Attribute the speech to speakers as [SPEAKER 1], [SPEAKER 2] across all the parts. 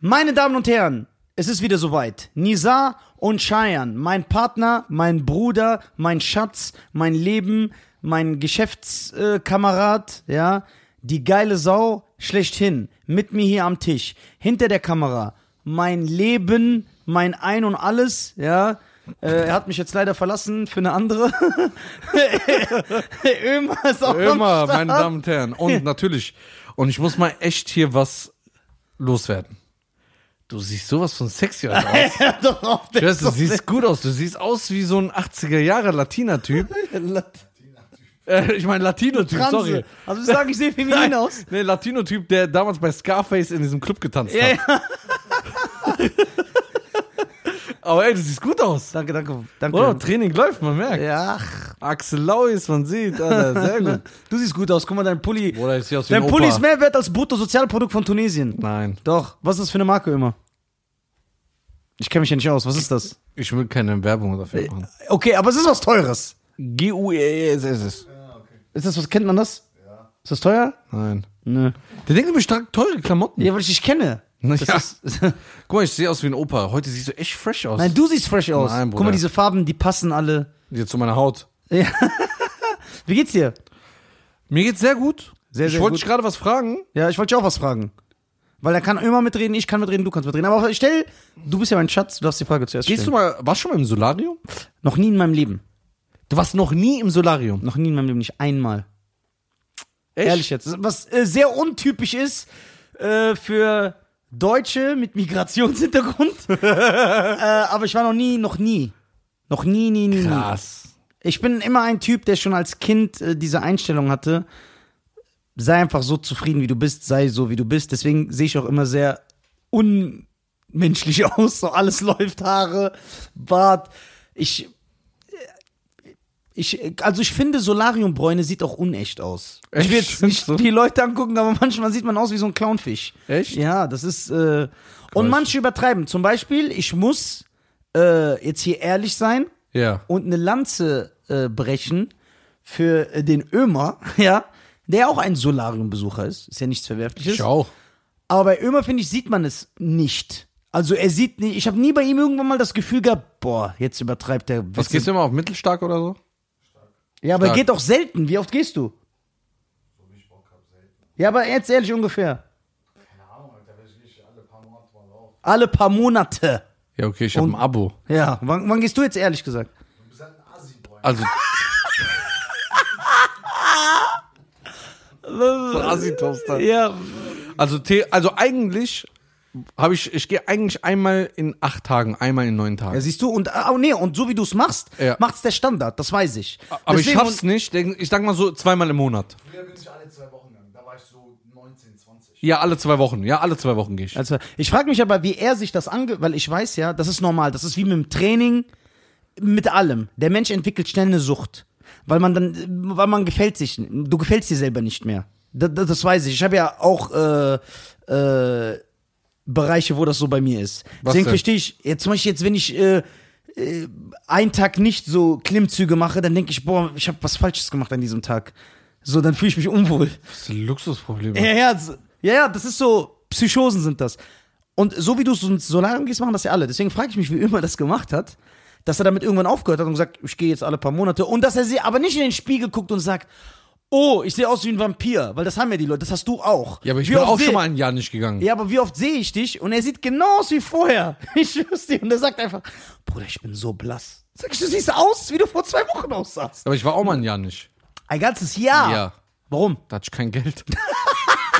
[SPEAKER 1] Meine Damen und Herren, es ist wieder soweit. Nizar und Cheyenne, mein Partner, mein Bruder, mein Schatz, mein Leben, mein Geschäftskamerad, ja, die geile Sau schlechthin, mit mir hier am Tisch, hinter der Kamera, mein Leben, mein Ein und Alles, ja. Äh, er hat mich jetzt leider verlassen für eine andere. Ömer ist auch am
[SPEAKER 2] Immer,
[SPEAKER 1] Start.
[SPEAKER 2] meine Damen und Herren. Und natürlich, und ich muss mal echt hier was loswerden. Du siehst sowas von sexy aus.
[SPEAKER 1] Hör doch auf,
[SPEAKER 2] Ich
[SPEAKER 1] der
[SPEAKER 2] weiß,
[SPEAKER 1] ist
[SPEAKER 2] du
[SPEAKER 1] doch
[SPEAKER 2] siehst gut aus. Du siehst aus wie so ein 80er-Jahre-Latina-Typ. Äh, ich meine Latino-Typ,
[SPEAKER 1] Transe.
[SPEAKER 2] sorry.
[SPEAKER 1] Also ich sage, ich sehe feminin aus.
[SPEAKER 2] Nee, Latino-Typ, der damals bei Scarface in diesem Club getanzt
[SPEAKER 1] Ja,
[SPEAKER 2] hat. Aber ey, du siehst gut aus.
[SPEAKER 1] Danke, danke, danke.
[SPEAKER 2] Oh, Training läuft, man merkt.
[SPEAKER 1] ja.
[SPEAKER 2] Axel Lois, man sieht, Alter, sehr gut.
[SPEAKER 1] Du siehst gut aus. Guck mal, dein Pulli.
[SPEAKER 2] Bruder, ich sehe aus wie ein
[SPEAKER 1] dein Pulli
[SPEAKER 2] Opa.
[SPEAKER 1] ist mehr wert als Bruttosozialprodukt von Tunesien.
[SPEAKER 2] Nein,
[SPEAKER 1] Doch. Was ist das für eine Marke immer? Ich kenne mich ja nicht aus. Was ist das?
[SPEAKER 2] ich will keine Werbung dafür machen.
[SPEAKER 1] Okay, aber es ist was Teures.
[SPEAKER 2] E G-U-E-S-S.
[SPEAKER 1] Ist das was? Kennt man das? Ja. Ist das teuer?
[SPEAKER 2] Nein.
[SPEAKER 1] Nö.
[SPEAKER 2] Der denkt immer, ich trage teure Klamotten.
[SPEAKER 1] Ja, weil ich dich kenne.
[SPEAKER 2] Na ja.
[SPEAKER 1] Das ist,
[SPEAKER 2] Guck mal, ich sehe aus wie ein Opa. Heute siehst du echt fresh aus.
[SPEAKER 1] Nein, du siehst fresh aus.
[SPEAKER 2] Nein, Bruder.
[SPEAKER 1] Guck mal, diese Farben, die passen alle.
[SPEAKER 2] Jetzt zu meiner Haut.
[SPEAKER 1] Wie geht's dir?
[SPEAKER 2] Mir geht's sehr gut.
[SPEAKER 1] Sehr,
[SPEAKER 2] ich
[SPEAKER 1] sehr
[SPEAKER 2] wollte
[SPEAKER 1] gut.
[SPEAKER 2] dich gerade was fragen.
[SPEAKER 1] Ja, ich wollte dich auch was fragen. Weil er kann immer mitreden, ich kann mitreden, du kannst mitreden. Aber stell, du bist ja mein Schatz, du darfst die Frage zuerst
[SPEAKER 2] Gehst du
[SPEAKER 1] stellen.
[SPEAKER 2] mal, warst du schon mal im Solarium?
[SPEAKER 1] Noch nie in meinem Leben.
[SPEAKER 2] Du warst noch nie im Solarium.
[SPEAKER 1] Noch nie in meinem Leben, nicht einmal.
[SPEAKER 2] Echt?
[SPEAKER 1] Ehrlich jetzt. Was äh, sehr untypisch ist äh, für Deutsche mit Migrationshintergrund. äh, aber ich war noch nie, noch nie. Noch nie, nie, nie, nie.
[SPEAKER 2] Krass.
[SPEAKER 1] Ich bin immer ein Typ, der schon als Kind äh, diese Einstellung hatte. Sei einfach so zufrieden, wie du bist, sei so, wie du bist. Deswegen sehe ich auch immer sehr unmenschlich aus. So alles läuft, Haare, Bart. Ich, äh, ich, also ich finde, Solariumbräune sieht auch unecht aus. Ich will
[SPEAKER 2] Echt?
[SPEAKER 1] jetzt nicht
[SPEAKER 2] Findest du?
[SPEAKER 1] die Leute angucken, aber manchmal sieht man aus wie so ein Clownfisch.
[SPEAKER 2] Echt?
[SPEAKER 1] Ja, das ist. Äh, und manche übertreiben. Zum Beispiel, ich muss äh, jetzt hier ehrlich sein
[SPEAKER 2] Ja.
[SPEAKER 1] und eine Lanze äh, brechen für äh, den Ömer, ja, der auch ein Solariumbesucher ist. Ist ja nichts Verwerfliches.
[SPEAKER 2] Ich auch.
[SPEAKER 1] Aber bei Ömer, finde ich, sieht man es nicht. Also er sieht nicht, ich habe nie bei ihm irgendwann mal das Gefühl gehabt, boah, jetzt übertreibt der.
[SPEAKER 2] Was gehst du immer auf mittelstark oder so?
[SPEAKER 1] Ja, aber er
[SPEAKER 2] Stark.
[SPEAKER 1] geht auch selten. Wie oft gehst du? Ja, aber jetzt ehrlich ungefähr. Alle paar Monate.
[SPEAKER 2] Ja, okay, ich habe ein Abo.
[SPEAKER 1] Ja, wann, wann gehst du jetzt ehrlich gesagt?
[SPEAKER 2] Also. So ein Assi-Toaster.
[SPEAKER 1] Ja,
[SPEAKER 2] Also, The- also eigentlich habe ich, ich gehe eigentlich einmal in acht Tagen, einmal in neun
[SPEAKER 1] Ja,
[SPEAKER 2] Tagen.
[SPEAKER 1] siehst du, und, oh, nee, und so wie du es machst,
[SPEAKER 2] Ja.
[SPEAKER 1] macht's der Standard, das weiß ich.
[SPEAKER 2] Aber ich
[SPEAKER 1] Deswegen-
[SPEAKER 2] schaff's nicht, denk- ich sag mal so zweimal im Monat.
[SPEAKER 3] Früher bin ich alle zwei Wochen gegangen. Da war ich so 19, 20.
[SPEAKER 2] Ja, alle zwei Wochen. Ja, alle zwei Wochen gehe ich.
[SPEAKER 1] Also, ich frage mich aber, wie er sich das ange... Weil ich weiß ja, das ist normal, das ist wie mit dem Training, mit allem. Der Mensch entwickelt schnell eine Sucht. Weil man dann, weil man gefällt sich, du gefällst dir selber nicht mehr. Das, das, das weiß ich. Ich habe ja auch äh, äh, Bereiche, wo das so bei mir ist.
[SPEAKER 2] Was
[SPEAKER 1] Deswegen
[SPEAKER 2] denn?
[SPEAKER 1] verstehe ich, jetzt zum Beispiel jetzt, wenn ich äh, äh, einen Tag nicht so Klimmzüge mache, dann denke ich, boah, ich habe was Falsches gemacht an diesem Tag. So, dann fühle ich mich unwohl.
[SPEAKER 2] Das ist ein Luxusproblem.
[SPEAKER 1] Ja, ja, so- ja, ja, das ist so, Psychosen sind das. Und so wie du es ins Solarium gehst, machen das ja alle. Deswegen frage ich mich, wie immer das gemacht hat, dass er damit irgendwann aufgehört hat und gesagt, ich gehe jetzt alle paar Monate. Und dass er sie aber nicht in den Spiegel guckt und sagt, oh, ich sehe aus wie ein Vampir, weil das haben ja die Leute, das hast du auch.
[SPEAKER 2] Ja, aber ich
[SPEAKER 1] Wie
[SPEAKER 2] bin
[SPEAKER 1] oft
[SPEAKER 2] auch
[SPEAKER 1] seh-
[SPEAKER 2] schon mal ein Jahr nicht gegangen.
[SPEAKER 1] Ja, aber wie oft sehe ich dich? Und er sieht genau aus wie vorher. Ich schwör's dir. Und er sagt einfach, Bruder, ich bin so blass. Sag ich, du siehst aus, wie du vor zwei Wochen aussahst.
[SPEAKER 2] Aber ich war auch mal ein Jahr nicht.
[SPEAKER 1] Ein ganzes Jahr.
[SPEAKER 2] Ja.
[SPEAKER 1] Warum?
[SPEAKER 2] Da hatte ich kein Geld.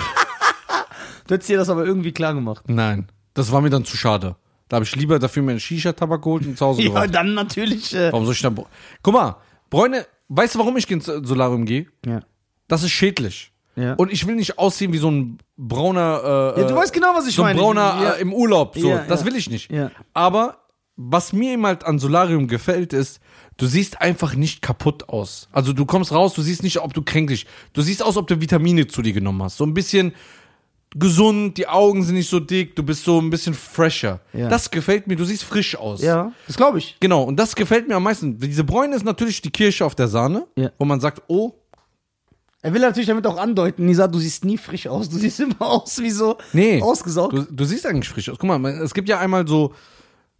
[SPEAKER 1] Du hättest dir das aber irgendwie klar gemacht.
[SPEAKER 2] Nein. Das war mir dann zu schade. Da habe ich lieber dafür mir einen Shisha-Tabak geholt und zu Hause geraucht.
[SPEAKER 1] Ja, dann natürlich. Äh,
[SPEAKER 2] Warum soll ich dann. Guck mal, Bräune, weißt du, warum ich ins Solarium gehe?
[SPEAKER 1] Ja.
[SPEAKER 2] Das ist schädlich.
[SPEAKER 1] Ja.
[SPEAKER 2] Und ich will nicht aussehen wie so ein brauner. Äh,
[SPEAKER 1] Ja, du
[SPEAKER 2] äh,
[SPEAKER 1] weißt genau, was ich
[SPEAKER 2] so
[SPEAKER 1] meine.
[SPEAKER 2] ein brauner
[SPEAKER 1] Ja.
[SPEAKER 2] äh, im Urlaub. So.
[SPEAKER 1] Ja,
[SPEAKER 2] das
[SPEAKER 1] ja.
[SPEAKER 2] will ich nicht.
[SPEAKER 1] Ja.
[SPEAKER 2] Aber was mir eben halt an Solarium gefällt, ist, du siehst einfach nicht kaputt aus. Also du kommst raus, du siehst nicht, ob du kränklich. Du siehst aus, ob du Vitamine zu dir genommen hast. So ein bisschen gesund, die Augen sind nicht so dick, du bist so ein bisschen fresher.
[SPEAKER 1] Ja.
[SPEAKER 2] Das gefällt mir, du siehst frisch aus.
[SPEAKER 1] Ja, das glaube ich.
[SPEAKER 2] Genau, und das gefällt mir am meisten. Diese Bräune ist natürlich die Kirsche auf der Sahne,
[SPEAKER 1] Ja.
[SPEAKER 2] wo man sagt, oh,
[SPEAKER 1] Er will natürlich damit auch andeuten, Nisa, du siehst nie frisch aus. Du siehst immer aus wie so
[SPEAKER 2] Nee.
[SPEAKER 1] ausgesaugt.
[SPEAKER 2] Du, du siehst eigentlich frisch aus. Guck mal, es gibt ja einmal so,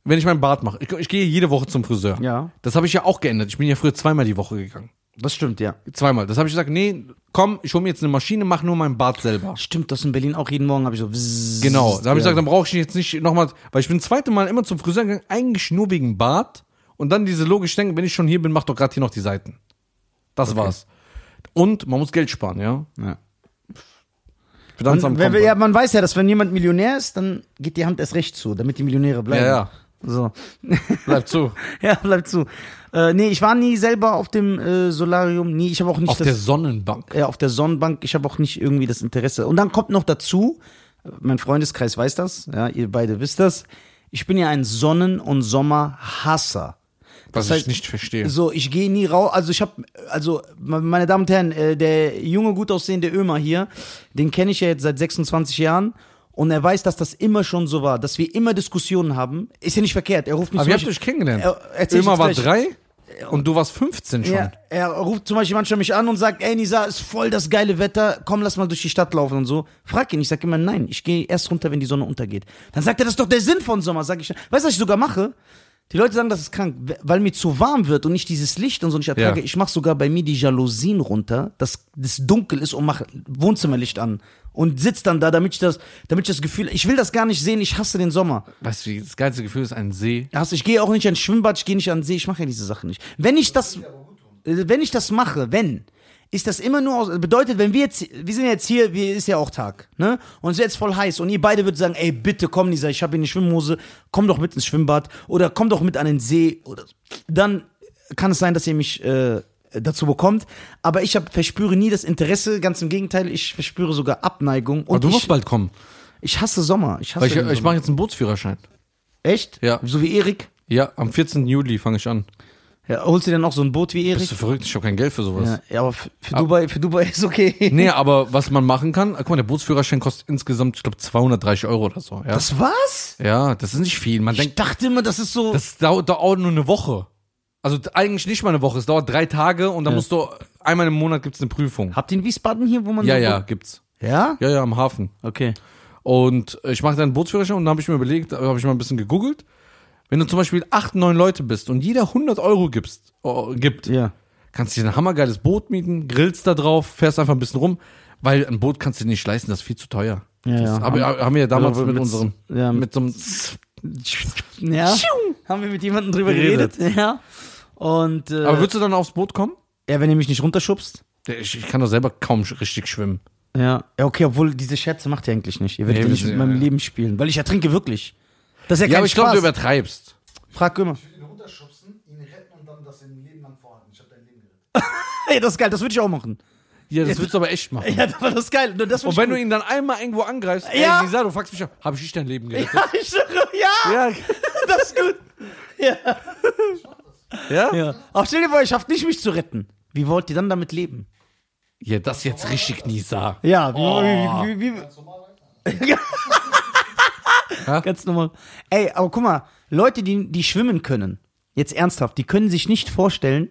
[SPEAKER 2] wenn ich meinen Bart mache, ich, ich gehe jede Woche zum Friseur.
[SPEAKER 1] Ja.
[SPEAKER 2] Das habe ich ja auch geändert. Ich bin ja früher zweimal die Woche gegangen.
[SPEAKER 1] das stimmt, ja.
[SPEAKER 2] Zweimal. Das habe ich gesagt, nee, komm, ich hole mir jetzt eine Maschine, mach nur meinen Bart selber.
[SPEAKER 1] Stimmt, das in Berlin auch jeden Morgen habe ich so. wzzz.
[SPEAKER 2] Genau. Da habe ich
[SPEAKER 1] Ja.
[SPEAKER 2] gesagt, dann brauche ich jetzt nicht nochmal, weil ich bin das zweite Mal immer zum Friseur gegangen, eigentlich nur wegen Bart. Und dann diese logisch denken, wenn ich schon hier bin, mach doch gerade hier noch die Seiten. Das war's. Und man muss Geld sparen, ja.
[SPEAKER 1] Ja.
[SPEAKER 2] Ich bin ganz am
[SPEAKER 1] Und wenn wir,
[SPEAKER 2] Kommen.
[SPEAKER 1] ja, man weiß ja, dass wenn jemand Millionär ist, dann geht die Hand erst recht zu, damit die Millionäre bleiben.
[SPEAKER 2] Ja, ja.
[SPEAKER 1] So.
[SPEAKER 2] Bleib zu.
[SPEAKER 1] ja, bleib zu. Äh, nee, ich war nie selber auf dem äh, Solarium, nie. Ich habe auch nicht
[SPEAKER 2] Auf
[SPEAKER 1] das
[SPEAKER 2] der Sonnenbank.
[SPEAKER 1] ja, Äh, auf der Sonnenbank, ich habe auch nicht irgendwie das Interesse. Und dann kommt noch dazu, mein Freundeskreis weiß das, ja, ihr beide wisst das, ich bin ja ein Sonnen- und Sommerhasser.
[SPEAKER 2] Was
[SPEAKER 1] heißt-
[SPEAKER 2] ich nicht verstehe.
[SPEAKER 1] So, ich gehe nie raus. Also ich habe, also me- meine Damen und Herren, äh, der junge, gut aussehende Ömer hier, den kenne ich ja jetzt seit 26 Jahren. Und er weiß, dass das immer schon so war, dass wir immer Diskussionen haben. Ist ja nicht verkehrt. Er ruft mich
[SPEAKER 2] Aber
[SPEAKER 1] zum
[SPEAKER 2] wir habt
[SPEAKER 1] Beispiel-
[SPEAKER 2] euch kennengelernt.
[SPEAKER 1] Äh, erzähl ich
[SPEAKER 2] Ömer
[SPEAKER 1] jetzt
[SPEAKER 2] war
[SPEAKER 1] gleich.
[SPEAKER 2] drei und du warst 15 schon.
[SPEAKER 1] Ja, er ruft zum Beispiel manchmal mich an und sagt, ey Nisa, ist voll das geile Wetter, komm, lass mal durch die Stadt laufen und so. Frag ihn, ich sag immer, nein, ich gehe erst runter, wenn die Sonne untergeht. Dann sagt er, das ist doch der Sinn von Sommer, sag ich. Weißt du, was ich sogar mache? Die Leute sagen, das ist krank, weil mir zu warm wird und nicht dieses Licht und so nicht ertrage.
[SPEAKER 2] Ja.
[SPEAKER 1] Ich mache sogar bei mir die Jalousien runter, dass es dunkel ist und mache Wohnzimmerlicht an und sitz dann da, damit ich das, damit ich das Gefühl, ich will das gar nicht sehen, ich hasse den Sommer.
[SPEAKER 2] Weißt du, wie das geilste Gefühl ist ein See.
[SPEAKER 1] Hast, ich gehe auch nicht ans Schwimmbad, ich gehe nicht an den See, ich mache ja diese Sachen nicht. Wenn ich das, äh, wenn ich das mache, wenn, ist das immer nur aus, bedeutet, wenn wir jetzt, wir sind jetzt hier, wir, ist ja auch Tag, ne? Und es ist jetzt voll heiß und ihr beide würdet sagen, ey, bitte komm, Lisa, ich habe hier eine Schwimmhose, komm doch mit ins Schwimmbad oder komm doch mit an den See oder, dann kann es sein, dass ihr mich, äh, dazu bekommt, aber ich hab, verspüre nie das Interesse, ganz im Gegenteil, ich verspüre sogar Abneigung und
[SPEAKER 2] Aber du musst
[SPEAKER 1] ich,
[SPEAKER 2] bald kommen.
[SPEAKER 1] ich hasse Sommer, ich hasse
[SPEAKER 2] Weil ich,
[SPEAKER 1] den
[SPEAKER 2] ich
[SPEAKER 1] Sommer.
[SPEAKER 2] mache jetzt einen Bootsführerschein.
[SPEAKER 1] echt,
[SPEAKER 2] Ja.
[SPEAKER 1] so wie Erik,
[SPEAKER 2] Ja, am 14. Juli fange ich an.
[SPEAKER 1] ja, holst du dir dann auch so ein Boot wie Erik?
[SPEAKER 2] Bist du verrückt? Ich habe kein Geld für sowas.
[SPEAKER 1] Ja, ja aber f- für Dubai, für Dubai ist okay.
[SPEAKER 2] Ah. Nee, aber was man machen kann, guck mal, der Bootsführerschein kostet insgesamt, ich glaube, 230 Euro oder so. Ja, das,
[SPEAKER 1] Das war's?
[SPEAKER 2] ja, das ist nicht viel. Man
[SPEAKER 1] Ich
[SPEAKER 2] denkt,
[SPEAKER 1] dachte immer, das ist so.
[SPEAKER 2] das dauert, dauert nur eine Woche. Also d- eigentlich nicht mal eine Woche, es dauert drei Tage und dann musst du, einmal im Monat gibt's eine Prüfung.
[SPEAKER 1] Habt ihr in Wiesbaden hier, wo man.
[SPEAKER 2] Ja,
[SPEAKER 1] so-
[SPEAKER 2] ja, gibt's.
[SPEAKER 1] Ja?
[SPEAKER 2] Ja, ja, am Hafen.
[SPEAKER 1] Okay.
[SPEAKER 2] Und äh, ich mache dann Bootsführerschein und dann habe ich mir überlegt, habe ich mal ein bisschen gegoogelt. Wenn du zum Beispiel acht, neun Leute bist und jeder 100 Euro gibst, oh, gibt,
[SPEAKER 1] Ja.
[SPEAKER 2] kannst du dir ein hammergeiles Boot mieten, grillst da drauf, fährst einfach ein bisschen rum, weil ein Boot kannst du dir nicht leisten, das ist viel zu teuer.
[SPEAKER 1] Ja,
[SPEAKER 2] das
[SPEAKER 1] ja.
[SPEAKER 2] Aber, haben wir ja damals
[SPEAKER 1] Also
[SPEAKER 2] mit
[SPEAKER 1] mit-
[SPEAKER 2] unserem,
[SPEAKER 1] ja, ah,
[SPEAKER 2] mit so einem,
[SPEAKER 1] Ja. Haben wir mit jemandem drüber
[SPEAKER 2] Geredet.
[SPEAKER 1] geredet? Ja. Und. Äh,
[SPEAKER 2] aber würdest du dann aufs Boot kommen?
[SPEAKER 1] ja, wenn ihr mich nicht runterschubst?
[SPEAKER 2] Ich, ich kann doch selber kaum sch- richtig schwimmen.
[SPEAKER 1] Ja. Ja, okay, obwohl diese Scherze macht ihr eigentlich nicht. Ihr werdet
[SPEAKER 2] Nee,
[SPEAKER 1] ja
[SPEAKER 2] wir
[SPEAKER 1] nicht
[SPEAKER 2] sind-
[SPEAKER 1] mit meinem
[SPEAKER 2] ja, ja.
[SPEAKER 1] Leben spielen, weil ich ertrinke wirklich. Das ist ja,
[SPEAKER 2] Ja,
[SPEAKER 1] kein
[SPEAKER 2] aber ich glaube, du
[SPEAKER 1] Spaß.
[SPEAKER 2] übertreibst.
[SPEAKER 1] Frag immer.
[SPEAKER 3] Ich will ihn runterschubsen, ihn retten und dann das im Leben lang vorhalten. Ich hab dein Leben gerettet.
[SPEAKER 1] Ey, das ist geil, das würde ich auch machen.
[SPEAKER 2] Ja, das würdest du aber echt machen.
[SPEAKER 1] Ja, das ist geil. Das
[SPEAKER 2] Und wenn du ihn dann einmal irgendwo angreifst,
[SPEAKER 1] Ja.
[SPEAKER 2] ey, Lisa, du fuckst mich ab, habe ich nicht dein Leben gerettet?
[SPEAKER 1] Ja, ich schwöre, ja,
[SPEAKER 2] Ja.
[SPEAKER 1] das ist gut.
[SPEAKER 2] Ja?
[SPEAKER 1] Ja. Aber stell dir vor, ihr schafft nicht, mich zu retten. Wie wollt ihr dann damit leben?
[SPEAKER 2] Ja, das jetzt richtig Nisa.
[SPEAKER 1] Ja, wie,
[SPEAKER 2] Oh.
[SPEAKER 1] wie, wie, wie,
[SPEAKER 3] Ganz normal weiter.
[SPEAKER 1] ganz normal. Ey, aber guck mal, Leute, die, die schwimmen können, jetzt ernsthaft, die können sich nicht vorstellen,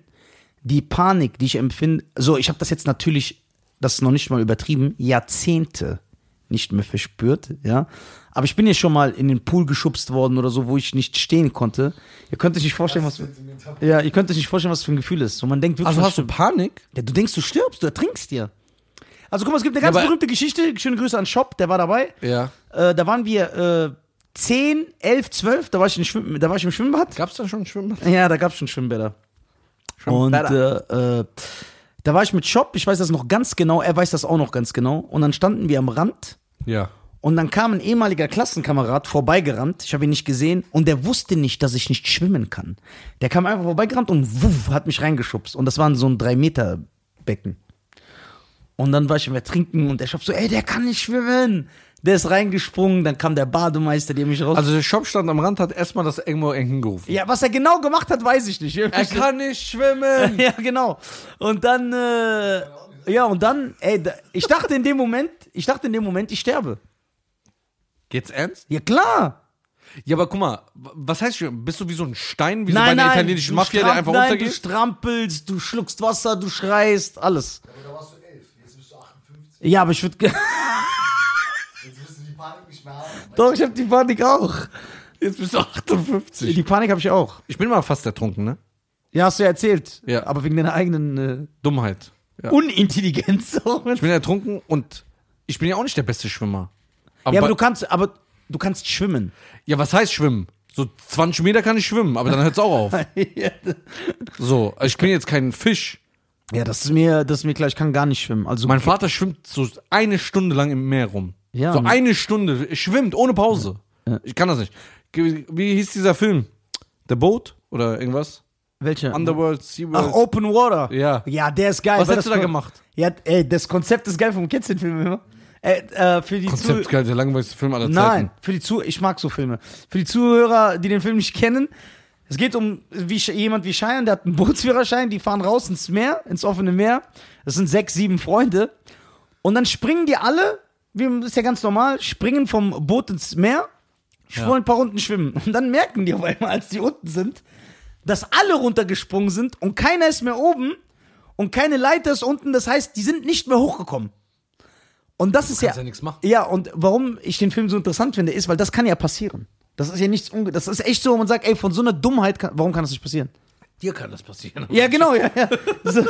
[SPEAKER 1] die Panik, die ich empfinde. So, ich habe das jetzt natürlich, das ist noch nicht mal übertrieben, Jahrzehnte nicht mehr verspürt, ja. Aber ich bin ja schon mal in den Pool geschubst worden oder so, wo ich nicht stehen konnte. Ihr könnt euch nicht vorstellen, was.
[SPEAKER 3] Zentimeter.
[SPEAKER 1] Ja, ihr könnt euch nicht vorstellen, was für ein Gefühl ist. So, man denkt wirklich,
[SPEAKER 2] Also
[SPEAKER 1] man
[SPEAKER 2] hast du Panik?
[SPEAKER 1] Ja, du denkst, du stirbst, du ertrinkst dir. Also guck mal, es gibt eine ganz
[SPEAKER 2] aber-
[SPEAKER 1] berühmte Geschichte. Schöne Grüße an Shop, der war dabei.
[SPEAKER 2] Ja.
[SPEAKER 1] Äh, da waren wir äh, 10, 11, 12, da war ich, in Schwimm da war ich im Schwimmbad.
[SPEAKER 2] Gab's da schon Schwimmen?
[SPEAKER 1] Ja, da gab es schon Schwimmbäder. Und äh, äh, da war ich mit Shop, ich weiß das noch ganz genau, er weiß das auch noch ganz genau. Und dann standen wir am Rand
[SPEAKER 2] ja.
[SPEAKER 1] und dann kam ein ehemaliger Klassenkamerad vorbeigerannt, ich habe ihn nicht gesehen, und der wusste nicht, dass ich nicht schwimmen kann. Der kam einfach vorbeigerannt und wuff, hat mich reingeschubst. Und das war in so ein 3-Meter-Becken. Und dann war ich im Ertrinken und der Shop so, ey, der kann nicht schwimmen. Der ist reingesprungen, dann kam der Bademeister, der mich raus.
[SPEAKER 2] Also der Shop stand am Rand, hat erstmal das irgendwo eng gerufen.
[SPEAKER 1] ja, was er genau gemacht hat, weiß ich nicht.
[SPEAKER 2] Er kann nicht schwimmen.
[SPEAKER 1] ja, genau. Und dann, äh, ja, und dann, ey, da, ich dachte in dem Moment, ich dachte in dem Moment, ich sterbe.
[SPEAKER 2] Geht's ernst?
[SPEAKER 1] Ja, klar.
[SPEAKER 2] Ja, aber guck mal, w- was heißt schwimmen? Bist du wie so ein Stein, wie so bei
[SPEAKER 1] Nein,
[SPEAKER 2] einer
[SPEAKER 1] nein,
[SPEAKER 2] italienischen
[SPEAKER 1] du
[SPEAKER 2] Mafia, der
[SPEAKER 1] stramp-
[SPEAKER 2] einfach
[SPEAKER 1] nein, Du
[SPEAKER 2] untergeht?
[SPEAKER 1] strampelst, du schluckst Wasser, du schreist, alles.
[SPEAKER 3] Aber da warst du elf. Jetzt
[SPEAKER 1] Ja, aber ich würde.
[SPEAKER 3] Jetzt wirst du die Panik nicht mehr haben.
[SPEAKER 1] Doch, ich habe die Panik auch.
[SPEAKER 2] Jetzt bist du 58.
[SPEAKER 1] Die Panik habe ich auch.
[SPEAKER 2] Ich bin mal fast ertrunken, ne?
[SPEAKER 1] Ja, hast du ja erzählt.
[SPEAKER 2] Ja.
[SPEAKER 1] Aber wegen deiner eigenen
[SPEAKER 2] Dummheit. Ja.
[SPEAKER 1] äh, Unintelligenz.
[SPEAKER 2] Ich bin ertrunken und ich bin ja auch nicht der beste Schwimmer.
[SPEAKER 1] ja, aber
[SPEAKER 2] bei-
[SPEAKER 1] du kannst, aber du kannst schwimmen.
[SPEAKER 2] ja, was heißt schwimmen? So 20 Meter kann ich schwimmen, aber dann hört es auch auf. So, also ich bin jetzt kein Fisch.
[SPEAKER 1] Ja, das ist mir, das ist mir klar, ich kann gar nicht schwimmen. Also
[SPEAKER 2] Mein Vater schwimmt so eine Stunde lang im Meer rum.
[SPEAKER 1] Ja,
[SPEAKER 2] so
[SPEAKER 1] ne?
[SPEAKER 2] eine Stunde, er schwimmt ohne Pause. Ich kann das nicht. Ge- Wie hieß dieser Film? The Boat oder irgendwas?
[SPEAKER 1] welche?
[SPEAKER 2] Underworld,
[SPEAKER 1] Ach,
[SPEAKER 2] SeaWorld.
[SPEAKER 1] Open Water.
[SPEAKER 2] Ja.
[SPEAKER 1] Ja, der ist geil.
[SPEAKER 2] Was
[SPEAKER 1] Weil das
[SPEAKER 2] hast du da
[SPEAKER 1] Kon-
[SPEAKER 2] gemacht?
[SPEAKER 1] Ja, ey, das Konzept ist geil vom Kindsfilm immer. Äh, äh, für die Zuh-
[SPEAKER 2] Konzept, geil, der langweiligste Film aller Zeiten.
[SPEAKER 1] Nein, für die Zuh ich mag so Filme. Für die Zuhörer, die den Film nicht kennen, es geht um wie Sch- jemand wie Cheyenne, der hat einen Bootsführerschein, die fahren raus ins Meer, ins offene Meer. Das sind sechs, sieben Freunde. Und dann springen die alle, wie das ist ja ganz normal, springen vom Boot ins Meer,
[SPEAKER 2] Ja.
[SPEAKER 1] wollen ein paar Runden schwimmen. Und dann merken die auf einmal, als die unten sind, dass alle runtergesprungen sind und keiner ist mehr oben und keine Leiter ist unten. Das heißt, die sind nicht mehr hochgekommen. Und das ist ja.
[SPEAKER 2] kannst ja nichts machen.
[SPEAKER 1] Ja, und warum ich den Film so interessant finde, ist, weil das kann ja passieren. Das ist ja nichts unge Das ist echt so, wo man sagt, ey, von so einer Dummheit, kann, warum kann das nicht passieren?
[SPEAKER 2] Dir kann das passieren.
[SPEAKER 1] Ja, genau, ja, ja. So.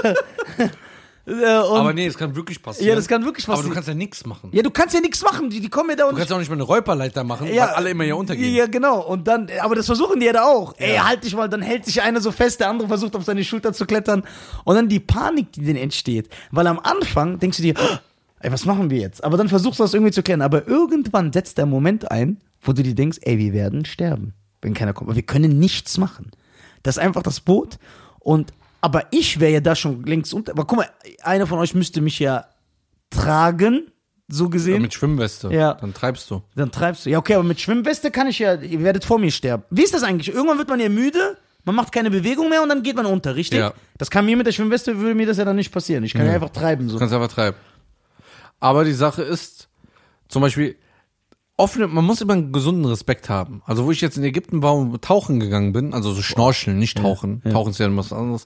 [SPEAKER 1] Äh, und,
[SPEAKER 2] Aber nee, es kann wirklich passieren.
[SPEAKER 1] ja, das kann wirklich
[SPEAKER 2] Aber
[SPEAKER 1] passieren.
[SPEAKER 2] du kannst ja nichts machen.
[SPEAKER 1] ja, du kannst ja nichts machen, die, die kommen ja da
[SPEAKER 2] Du
[SPEAKER 1] und
[SPEAKER 2] kannst auch nicht mal eine Räuperleiter machen,
[SPEAKER 1] Ja.
[SPEAKER 2] weil alle immer hier untergehen.
[SPEAKER 1] Ja, genau. Und dann, aber das versuchen die ja da auch. Ey, halt dich mal, dann hält sich einer so fest, der andere versucht auf seine Schulter zu klettern. Und dann die Panik, die denn entsteht. Weil am Anfang denkst du dir, "Oh, ey, was machen wir jetzt? Aber dann versuchst du das irgendwie zu klären. Aber irgendwann setzt der Moment ein, wo du dir denkst, ey, wir werden sterben, wenn keiner kommt. Aber wir können nichts machen. Das ist einfach das Boot. Und, aber ich wäre ja da schon längst unter. Aber guck mal, einer von euch müsste mich ja tragen, so gesehen.
[SPEAKER 2] Ja, mit Schwimmweste.
[SPEAKER 1] Ja.
[SPEAKER 2] Dann treibst du.
[SPEAKER 1] Dann treibst du. Ja, okay, aber mit Schwimmweste kann ich ja, ihr werdet vor mir sterben. Wie ist das eigentlich? Irgendwann wird man ja müde, man macht keine Bewegung mehr und dann geht man unter, richtig?
[SPEAKER 2] Ja.
[SPEAKER 1] Das kann mir mit der Schwimmweste, würde mir das ja dann nicht passieren. Ich kann ja, einfach treiben so.
[SPEAKER 2] Du kannst einfach treiben. Aber die Sache ist, zum Beispiel, offene, man muss immer einen gesunden Respekt haben. Also, wo ich jetzt in Ägypten war und tauchen gegangen bin, also so schnorcheln, nicht tauchen. Tauchen ist ja was anderes.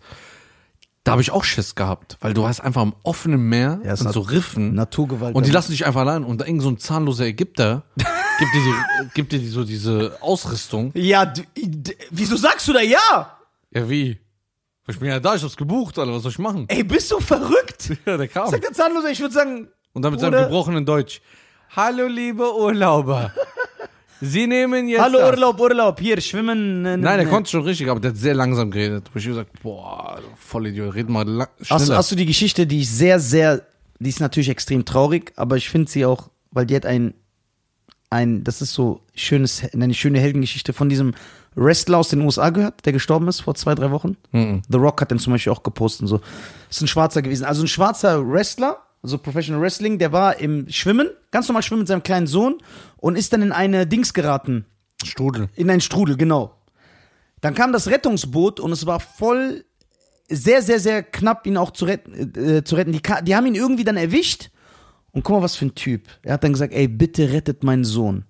[SPEAKER 2] Da habe ich auch Schiss gehabt, weil du hast einfach im offenen Meer
[SPEAKER 1] Ja, es
[SPEAKER 2] und
[SPEAKER 1] hat
[SPEAKER 2] so Riffen.
[SPEAKER 1] Naturgewalt.
[SPEAKER 2] Und die lassen dich einfach allein. Und da irgend so ein zahnloser Ägypter gibt dir, die, gibt dir die, so diese Ausrüstung.
[SPEAKER 1] ja, d- d- wieso sagst du da ja?
[SPEAKER 2] Ja, wie? Ich bin ja da, ich hab's gebucht, Alter, was soll ich machen?
[SPEAKER 1] Ey, bist du verrückt?
[SPEAKER 2] Ja, der kam.
[SPEAKER 1] Sag der Zahnloser, ich würde sagen,
[SPEAKER 2] Und dann mit seinem
[SPEAKER 1] Bruder-
[SPEAKER 2] gebrochenen Deutsch. Hallo, liebe Urlauber. Sie nehmen jetzt.
[SPEAKER 1] hallo
[SPEAKER 2] das-
[SPEAKER 1] Urlaub, Urlaub, hier schwimmen. äh,
[SPEAKER 2] Nein, er
[SPEAKER 1] ne.
[SPEAKER 2] konnte schon richtig, aber der hat sehr langsam geredet. Wo ich gesagt, boah, du Vollidiot, red mal lang, schneller.
[SPEAKER 1] Hast, hast du die Geschichte, die ich sehr, sehr, die ist natürlich extrem traurig, aber ich finde sie auch, weil die hat ein, ein, das ist so schönes, eine schöne Heldengeschichte von diesem Wrestler aus den USA gehört, der gestorben ist vor zwei, drei Wochen. The Rock hat den zum Beispiel auch gepostet und so. Ist ein Schwarzer gewesen. Also ein schwarzer Wrestler, so Professional Wrestling, der war im Schwimmen, ganz normal schwimmen mit seinem kleinen Sohn und ist dann in eine Dings geraten.
[SPEAKER 2] Strudel.
[SPEAKER 1] In einen Strudel, genau. Dann kam das Rettungsboot und es war voll, sehr, sehr, sehr knapp, ihn auch zu retten. Äh, zu retten. Die, ka- die haben ihn irgendwie dann erwischt. Und guck mal, was für ein Typ. Er hat dann gesagt, ey, bitte rettet meinen Sohn.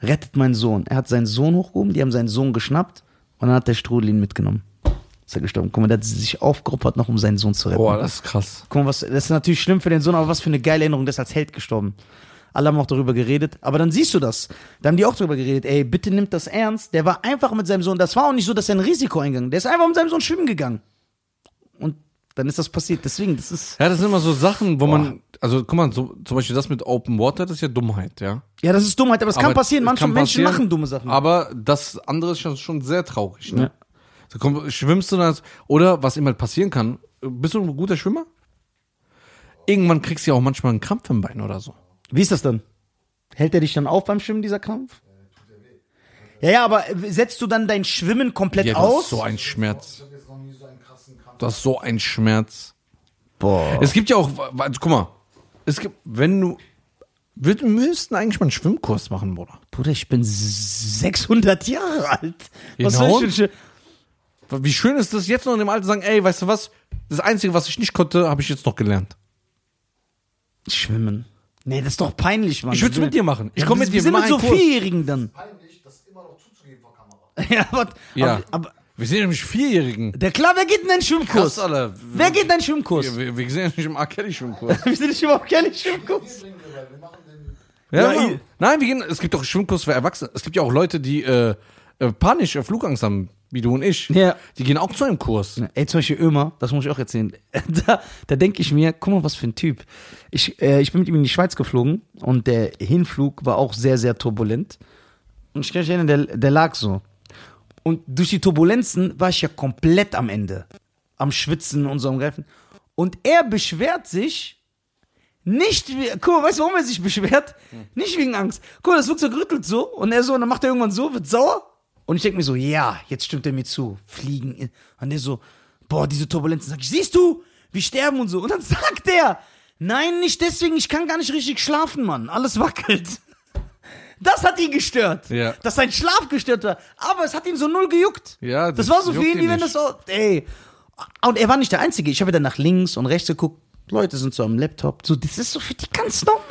[SPEAKER 1] Rettet meinen Sohn. Er hat seinen Sohn hochgehoben, die haben seinen Sohn geschnappt und dann hat der Strudel ihn mitgenommen. Ist er gestorben. Guck mal, der hat sich aufgeopfert, noch um seinen Sohn zu retten.
[SPEAKER 2] Boah, das ist krass.
[SPEAKER 1] Guck mal, was, das ist natürlich schlimm für den Sohn, aber was für eine geile Erinnerung, der ist als Held gestorben. Alle haben auch darüber geredet, aber dann siehst du das. Da haben die auch darüber geredet, ey, bitte nimmt das ernst. Der war einfach mit seinem Sohn, das war auch nicht so, dass er ein Risiko eingegangen Der ist einfach mit seinem Sohn schwimmen gegangen. Und dann ist das passiert. Deswegen, das ist.
[SPEAKER 2] Ja, das sind immer so Sachen, wo man, also guck mal, so, zum Beispiel das mit Open Water, das ist ja Dummheit, ja.
[SPEAKER 1] Ja, das ist Dummheit, aber es kann
[SPEAKER 2] Aber
[SPEAKER 1] passieren.
[SPEAKER 2] es
[SPEAKER 1] Manche
[SPEAKER 2] kann
[SPEAKER 1] Menschen
[SPEAKER 2] passieren,
[SPEAKER 1] machen dumme Sachen.
[SPEAKER 2] Aber das andere ist schon, schon sehr traurig, ne?
[SPEAKER 1] Ja.
[SPEAKER 2] So, komm, schwimmst du dann, als- oder was immer passieren kann, bist du ein guter Schwimmer? Irgendwann kriegst du ja auch manchmal einen Krampf im Bein oder so.
[SPEAKER 1] Wie ist das dann? Hält er dich dann auf beim Schwimmen, dieser Kampf? Ja, ja, aber setzt du dann dein Schwimmen komplett
[SPEAKER 2] Ja, das ist
[SPEAKER 1] aus?
[SPEAKER 2] so ein Schmerz.
[SPEAKER 3] Ich habe jetzt noch nie so einen krassen Kampf.
[SPEAKER 2] Das ist so ein Schmerz.
[SPEAKER 1] Boah.
[SPEAKER 2] Es gibt ja auch, wa- wa- guck mal, es gibt, wenn du, wir müssten eigentlich mal einen Schwimmkurs machen, Bruder.
[SPEAKER 1] Bruder, ich bin 600 Jahre alt. Was
[SPEAKER 2] Genau.
[SPEAKER 1] soll ich denn?
[SPEAKER 2] Wie schön ist das jetzt noch in dem Alter zu sagen, ey, weißt du was, das Einzige, was ich nicht konnte, habe ich jetzt noch gelernt.
[SPEAKER 1] Schwimmen. Nee, das ist doch peinlich, Mann.
[SPEAKER 2] Ich würd's mit dir machen. Ich
[SPEAKER 1] Ja,
[SPEAKER 2] komm
[SPEAKER 1] wir-
[SPEAKER 2] mit dir,
[SPEAKER 1] Wir
[SPEAKER 2] wir
[SPEAKER 1] sind mit
[SPEAKER 2] machen
[SPEAKER 1] so
[SPEAKER 2] einen Kurs.
[SPEAKER 1] Vierjährigen dann.
[SPEAKER 3] Peinlich, das immer noch zuzugeben vor Kamera.
[SPEAKER 1] ja, aber,
[SPEAKER 2] Ja.
[SPEAKER 1] aber, aber
[SPEAKER 2] Wir sehen ja nicht Vierjährigen.
[SPEAKER 1] Der klar, wer geht denn in den Schwimmkurs?
[SPEAKER 2] Krass, Alter.
[SPEAKER 1] Wer geht in den Schwimmkurs?
[SPEAKER 2] Wir, wir, wir sehen ja nicht im Arcade-Schwimmkurs.
[SPEAKER 1] Wir sind nicht überhaupt gerne im Schwimmkurs.
[SPEAKER 3] Wir machen den
[SPEAKER 2] Ja,
[SPEAKER 1] Ja,
[SPEAKER 2] Mann.
[SPEAKER 1] ich-
[SPEAKER 2] Nein, wir gehen. Es gibt doch Schwimmkurs für Erwachsene. Es gibt ja auch Leute, die äh, äh, Panisch, äh, Flugangst haben, wie du und ich.
[SPEAKER 1] Ja.
[SPEAKER 2] Die gehen auch zu einem Kurs.
[SPEAKER 1] Ey, zum Beispiel Ömer, das muss ich auch erzählen. Da, da denke ich mir, guck mal, was für ein Typ. Ich, äh, ich bin mit ihm in die Schweiz geflogen und der Hinflug war auch sehr, sehr turbulent. Und ich kann mich erinnern, der, der lag so. Und durch die Turbulenzen war ich ja komplett am Ende. Am Schwitzen und so am Greifen. Und er beschwert sich nicht, wie- guck mal, weißt du, warum er sich beschwert? Nicht wegen Angst. Guck mal, das wird so gerüttelt so und er so, und dann macht er irgendwann so, wird sauer. Und ich denke mir so, ja, jetzt stimmt er mir zu. Fliegen. Und er so, boah, diese Turbulenzen. Sag ich, siehst du, wir sterben und so. Und dann sagt er, nein, nicht deswegen, ich kann gar nicht richtig schlafen, Mann. Alles wackelt. Das hat ihn gestört.
[SPEAKER 2] Ja.
[SPEAKER 1] Dass sein Schlaf gestört war. Aber es hat ihn so null gejuckt.
[SPEAKER 2] Ja,
[SPEAKER 1] das,
[SPEAKER 2] das
[SPEAKER 1] war so für
[SPEAKER 2] juckt
[SPEAKER 1] ihn,
[SPEAKER 2] ihn
[SPEAKER 1] wie wenn das
[SPEAKER 2] nicht.
[SPEAKER 1] so, ey. Und er war nicht der Einzige. Ich habe dann nach links und rechts geguckt. Leute sind so am Laptop. So, das ist so für die ganz normal.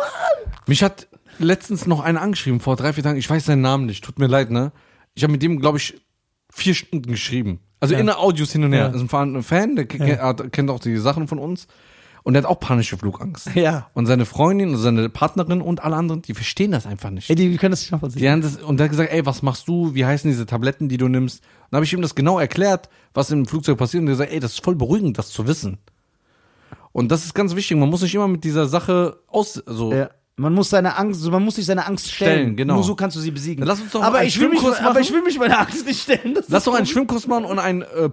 [SPEAKER 2] Mich hat letztens noch einer angeschrieben, vor drei, vier Tagen. Ich weiß seinen Namen nicht. Tut mir leid, ne? Ich habe mit dem, glaube ich, vier Stunden geschrieben. Also in der Audios hin und her.
[SPEAKER 1] Ja.
[SPEAKER 2] Ist ein Fan, ein Fan der ke- hat- kennt auch die Sachen von uns. Und der hat auch panische Flugangst.
[SPEAKER 1] Ja.
[SPEAKER 2] Und seine Freundin und seine Partnerin und alle anderen, die verstehen das einfach nicht.
[SPEAKER 1] Ey, die können das nicht nachvollziehen.
[SPEAKER 2] Die haben das, und der hat gesagt, ey, was machst du? Wie heißen diese Tabletten, die du nimmst? Und dann habe ich ihm das genau erklärt, was im Flugzeug passiert. Und er gesagt, ey, das ist voll beruhigend, das zu wissen. Und das ist ganz wichtig. Man muss nicht immer mit dieser Sache aus. also, So.
[SPEAKER 1] Ja. Man muss seine Angst, man muss sich seine Angst stellen.
[SPEAKER 2] Stellen, genau.
[SPEAKER 1] Nur so kannst du sie besiegen.
[SPEAKER 2] Dann lass uns doch
[SPEAKER 1] aber,
[SPEAKER 2] einen
[SPEAKER 1] ich will mich,
[SPEAKER 2] Schwimmkurs
[SPEAKER 1] aber
[SPEAKER 2] machen.
[SPEAKER 1] ich will mich meiner Angst nicht stellen. Das
[SPEAKER 2] Lass
[SPEAKER 1] ist-
[SPEAKER 2] doch einen Schwimmkurs machen und einen äh,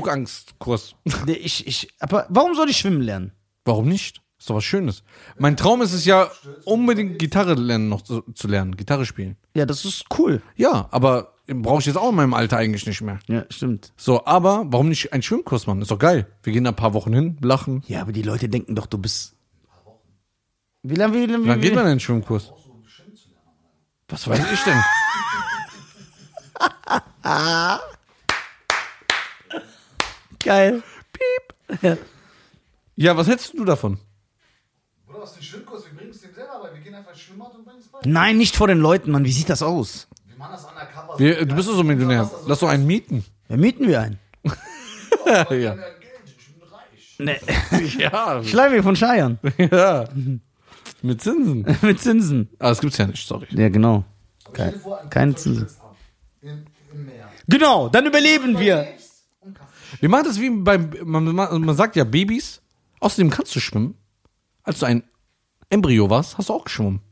[SPEAKER 2] Panik-Flugangstkurs.
[SPEAKER 1] Nee, ich, ich, aber warum soll ich schwimmen lernen?
[SPEAKER 2] Warum nicht? Ist doch was Schönes. Mein Traum ist es ja, unbedingt Gitarre lernen noch zu, zu lernen, Gitarre spielen.
[SPEAKER 1] Ja, das ist cool.
[SPEAKER 2] Ja, aber brauche ich jetzt auch in meinem Alter eigentlich nicht mehr.
[SPEAKER 1] Ja, stimmt.
[SPEAKER 2] So, aber warum nicht einen Schwimmkurs machen? Ist doch geil. Wir gehen da ein paar Wochen hin, lachen.
[SPEAKER 1] Ja, aber die Leute denken doch, du bist. Wie lange, wie lange, wie,
[SPEAKER 2] Wann
[SPEAKER 1] wie,
[SPEAKER 2] geht man in den Schwimmkurs? Was weiß ich denn?
[SPEAKER 1] Geil.
[SPEAKER 2] Ja, was hättest du davon?
[SPEAKER 3] Bruder, was ist ein Schwimmkurs? Wir bringen es dem selber bei. Wir gehen einfach ins Schwimmbad und bringen es bei.
[SPEAKER 1] Nein, nicht vor den Leuten, Mann. Wie sieht das aus?
[SPEAKER 3] Wir machen das undercover.
[SPEAKER 2] Wir, du bist doch so ein Millionär. Lass doch einen mieten.
[SPEAKER 1] Ja, mieten wir einen.
[SPEAKER 3] ja.
[SPEAKER 2] ja.
[SPEAKER 3] Geld, ich bin reich.
[SPEAKER 1] Nee.
[SPEAKER 2] Ja,
[SPEAKER 1] Schleife von Scheiern.
[SPEAKER 2] ja. Mit Zinsen.
[SPEAKER 1] Mit Zinsen.
[SPEAKER 2] Ah, das gibt's ja nicht, sorry.
[SPEAKER 1] Ja, genau.
[SPEAKER 3] Aber stell dir vor, ein
[SPEAKER 1] keine
[SPEAKER 3] Flugzeug
[SPEAKER 1] Zinsen.
[SPEAKER 3] stürzt ab. Im, Im Meer.
[SPEAKER 1] Genau, dann überleben wir.
[SPEAKER 3] Lebst und kannst nicht.
[SPEAKER 2] Wir machen das wie beim, man, man man sagt ja Babys. Außerdem kannst du schwimmen. Als du ein Embryo warst, hast du auch geschwommen.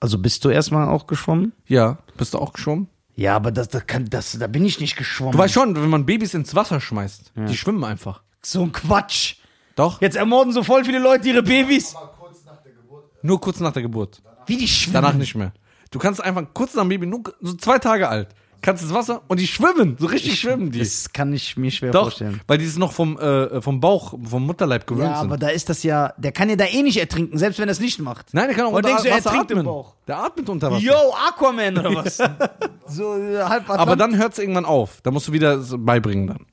[SPEAKER 1] Also bist du erstmal auch geschwommen?
[SPEAKER 2] Ja, bist du auch geschwommen?
[SPEAKER 1] Ja, aber das, das kann, das, da bin ich nicht geschwommen.
[SPEAKER 2] Du weißt schon, wenn man Babys ins Wasser schmeißt, die schwimmen einfach.
[SPEAKER 1] so ein Quatsch.
[SPEAKER 2] Doch,
[SPEAKER 1] Jetzt ermorden so voll viele Leute ihre Babys.
[SPEAKER 3] Mal kurz nach der Geburt. äh,
[SPEAKER 2] nur kurz nach der Geburt.
[SPEAKER 1] Wie die schwimmen.
[SPEAKER 2] Danach nicht mehr. Du kannst einfach kurz nach dem Baby, nur so zwei Tage alt, kannst ins Wasser und die schwimmen, so richtig schwimmen die.
[SPEAKER 1] Das kann ich mir schwer
[SPEAKER 2] Doch,
[SPEAKER 1] vorstellen.
[SPEAKER 2] weil die es noch vom, äh, vom Bauch, vom Mutterleib gewöhnt
[SPEAKER 1] Ja, aber
[SPEAKER 2] sind.
[SPEAKER 1] da ist das ja, der kann ja da eh nicht ertrinken, selbst wenn er es nicht macht.
[SPEAKER 2] Nein, der kann auch
[SPEAKER 1] Und
[SPEAKER 2] unter
[SPEAKER 1] denkst du, er
[SPEAKER 2] Wasser
[SPEAKER 1] trinkt im
[SPEAKER 2] atmen.
[SPEAKER 1] Bauch?
[SPEAKER 2] Der atmet unter Wasser.
[SPEAKER 1] Yo, Aquaman oder was? so äh, halb
[SPEAKER 2] Aber dann hört es irgendwann auf. Da musst du wieder es beibringen dann.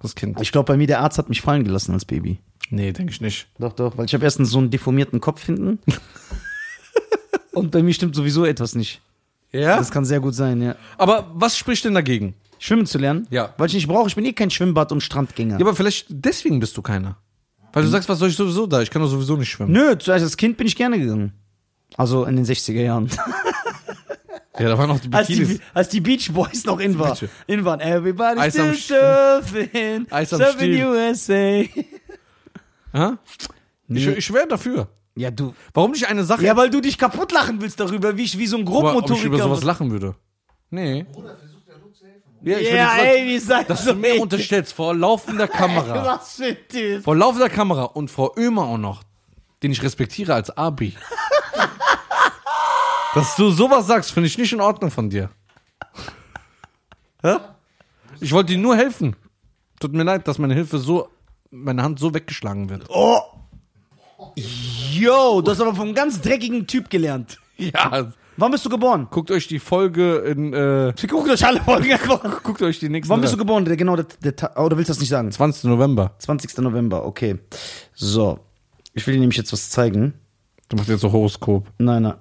[SPEAKER 2] Das Kind.
[SPEAKER 1] Ich glaube, bei mir der Arzt hat mich fallen gelassen als Baby.
[SPEAKER 2] Nee, denke ich nicht.
[SPEAKER 1] Doch, doch, weil ich habe erstens so einen deformierten Kopf hinten. Und bei mir stimmt sowieso etwas nicht.
[SPEAKER 2] Ja?
[SPEAKER 1] Das kann sehr gut sein, ja.
[SPEAKER 2] Aber was spricht denn dagegen?
[SPEAKER 1] Schwimmen zu lernen?
[SPEAKER 2] Ja.
[SPEAKER 1] Weil ich nicht brauche, ich bin eh kein Schwimmbad- und Strandgänger.
[SPEAKER 2] Ja, aber vielleicht deswegen bist du keiner. Weil
[SPEAKER 1] Hm.
[SPEAKER 2] du sagst, was soll ich sowieso da? Ich kann doch sowieso nicht schwimmen.
[SPEAKER 1] Nö, zu- als Kind bin ich gerne gegangen. Also in den 60er Jahren.
[SPEAKER 2] Ja, da waren auch die
[SPEAKER 1] Als die,
[SPEAKER 2] Bikinis.
[SPEAKER 1] als die Beach Boys noch in, war,
[SPEAKER 2] Bitte.
[SPEAKER 1] in waren. Everybody
[SPEAKER 2] Eis am
[SPEAKER 1] still surfing.
[SPEAKER 2] Eis am
[SPEAKER 1] surfing
[SPEAKER 2] Stiel.
[SPEAKER 1] USA.
[SPEAKER 2] Hä? Ich, ich wäre dafür.
[SPEAKER 1] Ja, du.
[SPEAKER 2] Warum nicht eine Sache,
[SPEAKER 1] Ja, weil du dich kaputt lachen willst darüber, wie ich wie so ein
[SPEAKER 2] aber, ob ich
[SPEAKER 1] Grobmotoriker.
[SPEAKER 2] über sowas lachen würde? Nee.
[SPEAKER 3] Bruder, versuch dir nur zu helfen.
[SPEAKER 2] Ja, ich
[SPEAKER 1] ja,
[SPEAKER 2] würde
[SPEAKER 1] ey, wie seid
[SPEAKER 2] das
[SPEAKER 1] so
[SPEAKER 2] ist mir unterstellt vor laufender Kamera.
[SPEAKER 1] Was für ein Typ.
[SPEAKER 2] Vor laufender Kamera und vor Ömer auch noch, den ich respektiere als Abi. Dass du sowas sagst, finde ich nicht in Ordnung von dir. Hä? Ich wollte dir nur helfen. Tut mir leid, dass meine Hilfe so, meine Hand so weggeschlagen wird.
[SPEAKER 1] Oh. Yo, du hast aber vom ganz dreckigen Typ gelernt.
[SPEAKER 2] Ja.
[SPEAKER 1] Wann bist du geboren?
[SPEAKER 2] Ah, Guckt euch die Folge in, äh,
[SPEAKER 1] Guckt euch alle Folgen an.
[SPEAKER 2] guckt euch die nächsten.
[SPEAKER 1] Wann bist du
[SPEAKER 2] drei-
[SPEAKER 1] geboren? Der, genau, der, der, Ta- oh, du willst das nicht sagen.
[SPEAKER 2] 20. November.
[SPEAKER 1] 20. November, okay. So. Ich will dir nämlich jetzt was zeigen.
[SPEAKER 2] Du machst jetzt so Horoskop.
[SPEAKER 1] Nein, nein.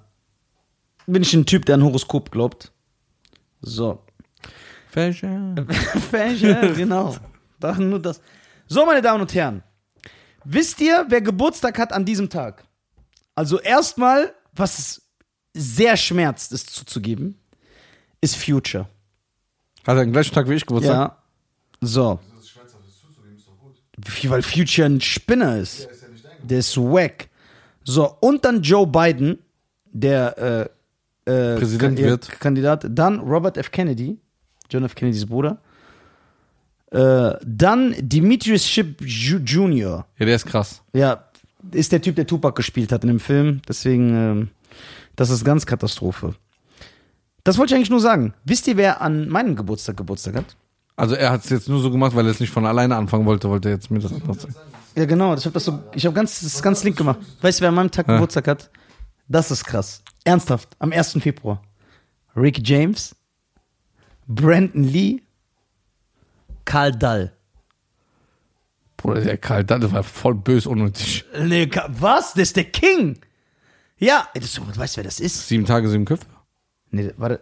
[SPEAKER 1] Bin ich ein Typ, der an Horoskop glaubt? So.
[SPEAKER 2] Fashion.
[SPEAKER 1] Fächer, genau. Da, nur das. So, meine Damen und Herren, wisst ihr, wer Geburtstag hat an diesem Tag? Also erstmal, was es sehr schmerzt, es zuzugeben, ist Future.
[SPEAKER 2] Hat er Also, den gleichen Tag wie ich Geburtstag?
[SPEAKER 1] Ja. So.
[SPEAKER 3] Das ist schmerzhaft, das zuzugeben, ist doch gut.
[SPEAKER 1] Weil Future ein Spinner ist.
[SPEAKER 3] Der ist ja nicht dein Geburtstag.
[SPEAKER 1] Der ist wack. So, und dann Joe Biden, der äh, äh,
[SPEAKER 2] Präsident
[SPEAKER 1] Kan- ihr-
[SPEAKER 2] wird.
[SPEAKER 1] Kandidat. Dann Robert F. Kennedy, John F. Kennedys Bruder. Äh, dann Demetrius Ship Ju- Jr.
[SPEAKER 2] Ja, der ist krass.
[SPEAKER 1] Ja, ist der Typ, der Tupac gespielt hat in dem Film. Deswegen, ähm, das ist ganz Katastrophe. Das wollte ich eigentlich nur sagen. Wisst ihr, wer an meinem Geburtstag Geburtstag hat?
[SPEAKER 2] Also er hat es jetzt nur so gemacht, weil er es nicht von alleine anfangen wollte, wollte er jetzt mir das noch sagen.
[SPEAKER 1] Ja, genau. Ich habe das so, ich habe ganz, das ist ganz link gemacht. Weißt du, wer an meinem Tag Geburtstag hat? Das ist krass. Ernsthaft. Am 1. Februar. Rick James, Brandon Lee, Karl Dall.
[SPEAKER 2] Bruder, der Karl, das war voll bös unnötig.
[SPEAKER 1] Nee, Ka- was? Das ist der King. Ja, das, du weißt, wer das ist?
[SPEAKER 2] Sieben Tage, sieben Köpfe.
[SPEAKER 1] Nee, war der,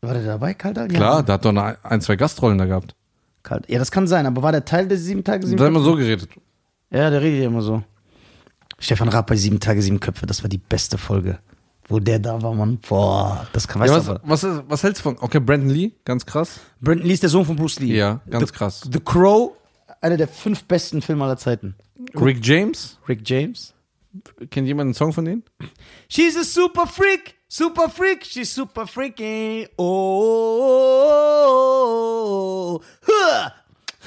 [SPEAKER 1] war der dabei, Karl Dall? Ja.
[SPEAKER 2] Klar, da hat doch eine, ein, zwei Gastrollen da gehabt.
[SPEAKER 1] Karl- Ja, das kann sein, aber war der Teil der sieben Tage, sieben
[SPEAKER 2] Da haben wir so geredet.
[SPEAKER 1] Ja, der redet ja immer so. Stefan Raab bei sieben Tage, sieben Köpfe, das war die beste Folge. Wo der da war, Mann. Boah, das kann, weißt
[SPEAKER 2] Ja,
[SPEAKER 1] ja,
[SPEAKER 2] was, was, ist- was hältst du von? Okay, Brandon Lee, ganz krass.
[SPEAKER 1] Brandon Lee ist der Sohn von Bruce Lee.
[SPEAKER 2] Ja, ganz
[SPEAKER 1] the,
[SPEAKER 2] krass.
[SPEAKER 1] The Crow, einer der fünf besten Filme aller Zeiten.
[SPEAKER 2] Rick James,
[SPEAKER 1] Rick James.
[SPEAKER 2] kennt jemand einen Song von denen?
[SPEAKER 1] She's a super freak, super freak, she's super freaky. Oh, Huh.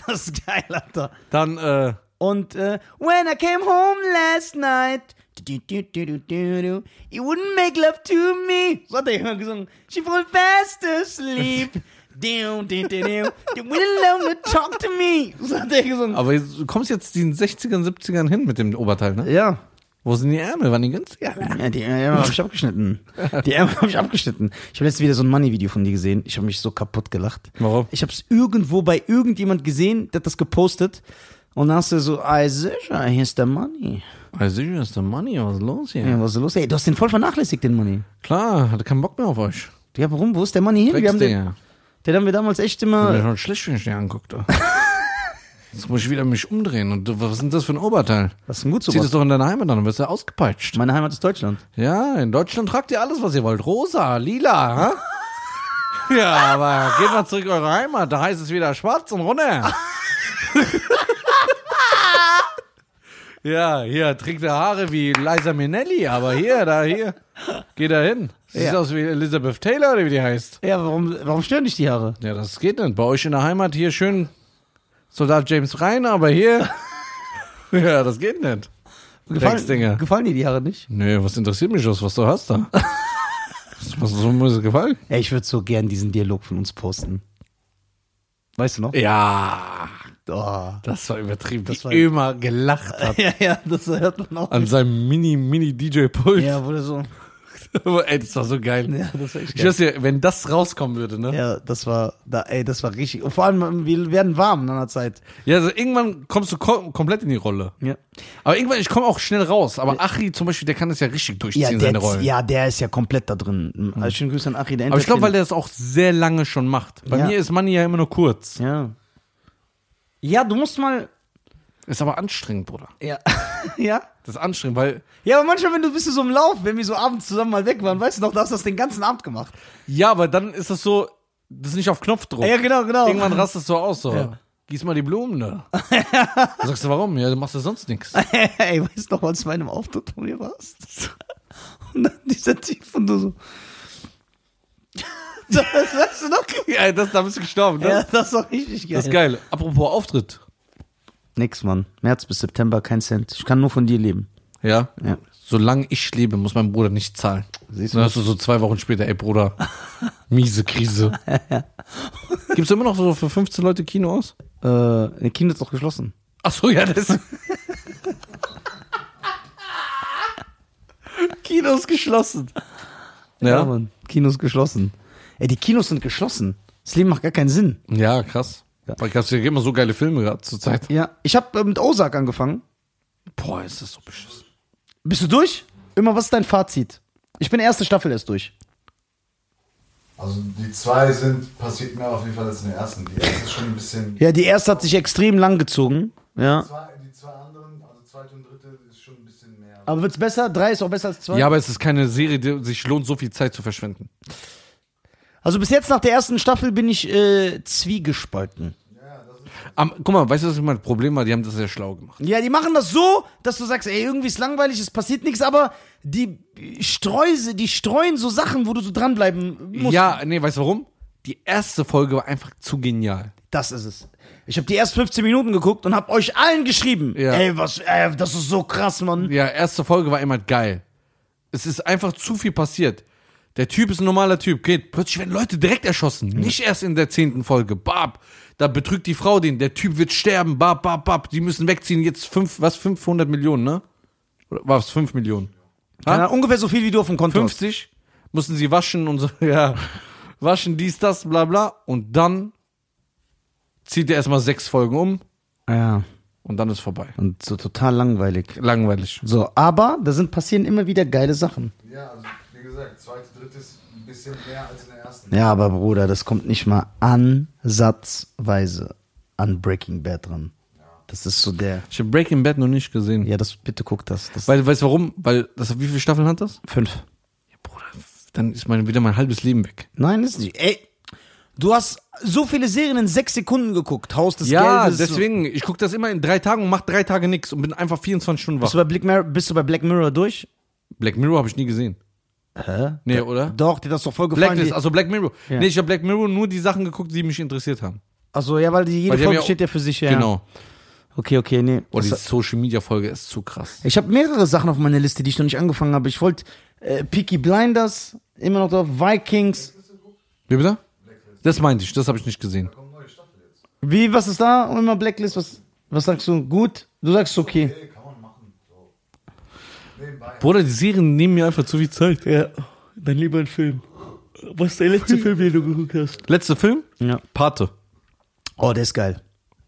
[SPEAKER 1] das ist geil, Alter.
[SPEAKER 2] Dann, äh,
[SPEAKER 1] Und äh, when I came home last night, du, du, du, du, du, du, you wouldn't make love to me. So hat er immer gesungen. She fall fast asleep. Du, du, du, du, you wouldn't love to talk to me. So hat er gesungen.
[SPEAKER 2] aber jetzt- du kommst jetzt den 60ern, 70ern hin mit dem Oberteil, ne?
[SPEAKER 1] Ja.
[SPEAKER 2] Wo sind die Ärmel? Waren die ganz? Ja.
[SPEAKER 1] Ja, die Ärmel habe ich abgeschnitten. Die Ärmel habe ich abgeschnitten. Ich habe letztens wieder so ein Money-Video von dir gesehen. Ich habe mich so kaputt gelacht.
[SPEAKER 2] Warum?
[SPEAKER 1] Ich habe es irgendwo bei irgendjemand gesehen, der hat das gepostet. Und dann hast du so, ah, sicher, hier ist der Money.
[SPEAKER 2] I see you, the money, was ist los hier?
[SPEAKER 1] Ja, was ist los? Ey, du hast den voll vernachlässigt, den Money.
[SPEAKER 2] Klar, hatte keinen Bock mehr auf euch.
[SPEAKER 1] Ja, warum? Wo ist der Money hin? Wir haben den, Ah.
[SPEAKER 2] Drecksdinger.
[SPEAKER 1] den haben wir damals echt
[SPEAKER 2] Mir ist
[SPEAKER 1] immer.
[SPEAKER 2] schon schlecht, wenn ich den angucke. Jetzt muss ich wieder mich umdrehen. Und du- was ist denn das für ein Oberteil?
[SPEAKER 1] Das ist ein gut so.
[SPEAKER 2] Zieh das doch in deine Heimat an, dann wirst du ausgepeitscht.
[SPEAKER 1] Meine Heimat ist Deutschland.
[SPEAKER 2] Ja, in Deutschland tragt ihr alles, was ihr wollt. Rosa, lila, hä? Ja, aber geht mal zurück in eure Heimat, da heißt es wieder schwarz und runter. ja, hier trägt er Haare wie Liza Minnelli, aber hier, da, hier, geht er hin. Sieht
[SPEAKER 1] Ja.
[SPEAKER 2] aus wie Elizabeth Taylor oder wie die heißt.
[SPEAKER 1] Ja, warum, warum stören dich die Haare?
[SPEAKER 2] Ja, das geht nicht. Bei euch in der Heimat hier schön Soldat James Ryan, aber hier, ja, das geht nicht. Drecksdinger.
[SPEAKER 1] Gefallen, gefallen dir die Haare nicht?
[SPEAKER 2] Nee, was interessiert mich das, was du hast da? was so muss es gefallen?
[SPEAKER 1] Ey, ich würde so gern diesen Dialog von uns posten. Weißt du noch?
[SPEAKER 2] Ja,
[SPEAKER 1] Oh.
[SPEAKER 2] das war übertrieben. Das
[SPEAKER 1] war-
[SPEAKER 2] immer gelacht hat
[SPEAKER 1] Ja, ja, das hört man auch.
[SPEAKER 2] an seinem Mini Mini DJ Pult.
[SPEAKER 1] Ja, wurde so.
[SPEAKER 2] Ey, das war so geil.
[SPEAKER 1] Ja, das war echt
[SPEAKER 2] ich weiß ja, wenn das rauskommen würde, ne? Ja,
[SPEAKER 1] Ja, das war, da, ey, das war richtig. Und vor allem, ähm, wir werden warm in einer Zeit.
[SPEAKER 2] also irgendwann kommst du ko komplett in die Rolle.
[SPEAKER 1] Ja,
[SPEAKER 2] Aber irgendwann, ich komme auch schnell raus. Aber Achi zum Beispiel, der kann das ja richtig durchziehen,
[SPEAKER 1] ja, der,
[SPEAKER 2] seine Rollen.
[SPEAKER 1] ja der ist ja komplett da drin. Also, schönen Grüße an Achi, der
[SPEAKER 2] Aber ich glaube, weil der das auch sehr lange schon macht. Bei
[SPEAKER 1] Ja.
[SPEAKER 2] mir ist Money ja immer nur kurz.
[SPEAKER 1] Ja. Ja, du musst mal.
[SPEAKER 2] Ist aber anstrengend, Bruder.
[SPEAKER 1] Ja. ja.
[SPEAKER 2] Das ist anstrengend, weil
[SPEAKER 1] Ja, aber manchmal, wenn du bist du so im Lauf, wenn wir so abends zusammen mal weg waren, weißt du noch, da hast du das den ganzen Abend gemacht.
[SPEAKER 2] Ja, aber dann ist das so, das ist nicht auf Knopfdruck.
[SPEAKER 1] Ja, genau, genau.
[SPEAKER 2] Irgendwann rastest du aus so.
[SPEAKER 1] Ja.
[SPEAKER 2] Gieß mal die Blumen da. Sagst du, warum? Ja, du machst ja sonst nichts.
[SPEAKER 1] Ey, weißt du noch, als du bei einem Auftritt von mir warst? Und dann dieser Typ und du so. das weißt du noch?
[SPEAKER 2] Ja, das, da bist du gestorben, ne?
[SPEAKER 1] Ja, das war richtig geil.
[SPEAKER 2] Das ist geil. Apropos Auftritt.
[SPEAKER 1] Nix, Mann. März bis September kein Cent. Ich kann nur von dir leben.
[SPEAKER 2] Ja.
[SPEAKER 1] Ja.
[SPEAKER 2] Solange ich lebe, muss mein Bruder nicht zahlen.
[SPEAKER 1] Siehst du?
[SPEAKER 2] Dann hast du so zwei Wochen später, ey Bruder, miese Krise. Gibst du immer noch so für 15 Leute Kino aus?
[SPEAKER 1] Äh, der Kino ist doch geschlossen.
[SPEAKER 2] Ach so, ja, das. Kino ist geschlossen. Ja.
[SPEAKER 1] Mann. Kino ist geschlossen. Ey, die Kinos sind geschlossen. Das Leben macht gar keinen Sinn.
[SPEAKER 2] Ja, krass.
[SPEAKER 1] Ja.
[SPEAKER 2] Weil gab's hier immer so geile Filme gerade zur Zeit.
[SPEAKER 1] Ja. Ich hab äh, mit Ozark angefangen.
[SPEAKER 2] Boah, ist das so beschissen.
[SPEAKER 1] Bist du durch? Immer, was ist dein Fazit? Ich bin erste Staffel erst durch.
[SPEAKER 3] Also die zwei sind, passiert mir auf jeden Fall als in der ersten. Die erste ist schon ein bisschen.
[SPEAKER 1] Ja, die erste hat sich extrem lang gezogen. Ja.
[SPEAKER 3] Zwei, die zwei anderen, also zweite und dritte, ist schon ein bisschen mehr.
[SPEAKER 1] Aber wird's besser? Drei ist auch besser als zwei.
[SPEAKER 2] Ja, aber es ist keine Serie, die sich lohnt, so viel Zeit zu verschwenden.
[SPEAKER 1] Also bis jetzt nach der ersten Staffel bin ich äh, zwiegespalten.
[SPEAKER 2] Am, guck mal, weißt du, was mein Problem war? Die haben das sehr schlau gemacht.
[SPEAKER 1] Ja, die machen das so, dass du sagst, ey, irgendwie ist langweilig, es passiert nichts, aber die Streuse, die streuen so Sachen, wo du so dranbleiben musst.
[SPEAKER 2] Ja, nee, weißt du warum? Die erste Folge war einfach zu genial.
[SPEAKER 1] Das ist es. Ich habe die erst 15 Minuten geguckt und habe euch allen geschrieben.
[SPEAKER 2] Ja.
[SPEAKER 1] Ey, was, ey, das ist so krass, Mann.
[SPEAKER 2] Ja, erste Folge war immer geil. Es ist einfach zu viel passiert. Der Typ ist ein normaler Typ, geht. Plötzlich werden Leute direkt erschossen. Nicht erst in der zehnten Folge. Bab. Da betrügt die Frau den. Der Typ wird sterben. Bab, bab, bab. Die müssen wegziehen. Jetzt fünf, was? 500 Millionen, ne? Oder war es 5 Millionen?
[SPEAKER 1] Ja, ungefähr so viel wie du auf dem Konto hast.
[SPEAKER 2] 50 mussten sie waschen und so, ja. Waschen dies, das, bla, bla. Und dann zieht er erstmal sechs Folgen um
[SPEAKER 1] Ja,
[SPEAKER 2] und dann ist vorbei.
[SPEAKER 1] und so total langweilig.
[SPEAKER 2] Langweilig.
[SPEAKER 1] So, aber da sind passieren immer wieder geile Sachen.
[SPEAKER 3] Ja, also wie gesagt, zweite, dritte ist ein bisschen mehr als in der ersten.
[SPEAKER 1] Ja, aber Bruder, das kommt nicht mal ansatzweise an Breaking Bad dran. Das ist so der.
[SPEAKER 2] Ich habe Breaking Bad noch nicht gesehen.
[SPEAKER 1] Ja, das bitte guck das. das
[SPEAKER 2] Weil, weißt du warum? Weil, das, wie viele Staffeln hat das?
[SPEAKER 1] fünf.
[SPEAKER 2] Bruder, dann ist mein, wieder mein halbes Leben weg.
[SPEAKER 1] Nein, ist nicht. Ey, du hast so viele Serien in sechs Sekunden geguckt. Haus des
[SPEAKER 2] Ja,
[SPEAKER 1] Geldes.
[SPEAKER 2] deswegen, ich gucke das immer in drei Tagen und mache drei Tage nichts und bin einfach 24 Stunden
[SPEAKER 1] Bist
[SPEAKER 2] wach.
[SPEAKER 1] du, bei Black Mirror, bist du bei Black Mirror durch?
[SPEAKER 2] Black Mirror habe ich nie gesehen.
[SPEAKER 1] Hä?
[SPEAKER 2] Nee, oder?
[SPEAKER 1] Doch, dir das doch voll gefallen.
[SPEAKER 2] Blacklist,
[SPEAKER 1] die-
[SPEAKER 2] also Black Mirror.
[SPEAKER 1] Ja.
[SPEAKER 2] Nee, ich habe Black Mirror nur die Sachen geguckt, die mich interessiert haben.
[SPEAKER 1] also ja, weil die, jede
[SPEAKER 2] Weil die haben
[SPEAKER 1] Folge
[SPEAKER 2] ja-
[SPEAKER 1] steht ja für sich, ja.
[SPEAKER 2] Genau.
[SPEAKER 1] Okay, okay, nee.
[SPEAKER 2] Boah, die
[SPEAKER 1] Das-
[SPEAKER 2] Social Media Folge ist zu krass.
[SPEAKER 1] Ich habe mehrere Sachen auf meiner Liste, die ich noch nicht angefangen habe. Ich wollte äh, Peaky Blinders, immer noch drauf, Vikings.
[SPEAKER 2] Wie bitte? Das meinte ich, das habe ich nicht gesehen.
[SPEAKER 3] Kommt neue Staffel jetzt.
[SPEAKER 1] Wie, was ist da? Und immer Blacklist, was, was sagst du? Gut? Du sagst okay.
[SPEAKER 3] Ey, kann man machen. So. Nebenbei.
[SPEAKER 2] Bruder, die Serien nehmen mir einfach zu viel Zeit.
[SPEAKER 4] Ja, dann lieber ein Film. Was ist der letzte Film, den du geguckt hast?
[SPEAKER 2] Letzter Film?
[SPEAKER 1] Ja.
[SPEAKER 2] Pate.
[SPEAKER 1] Oh, der ist geil.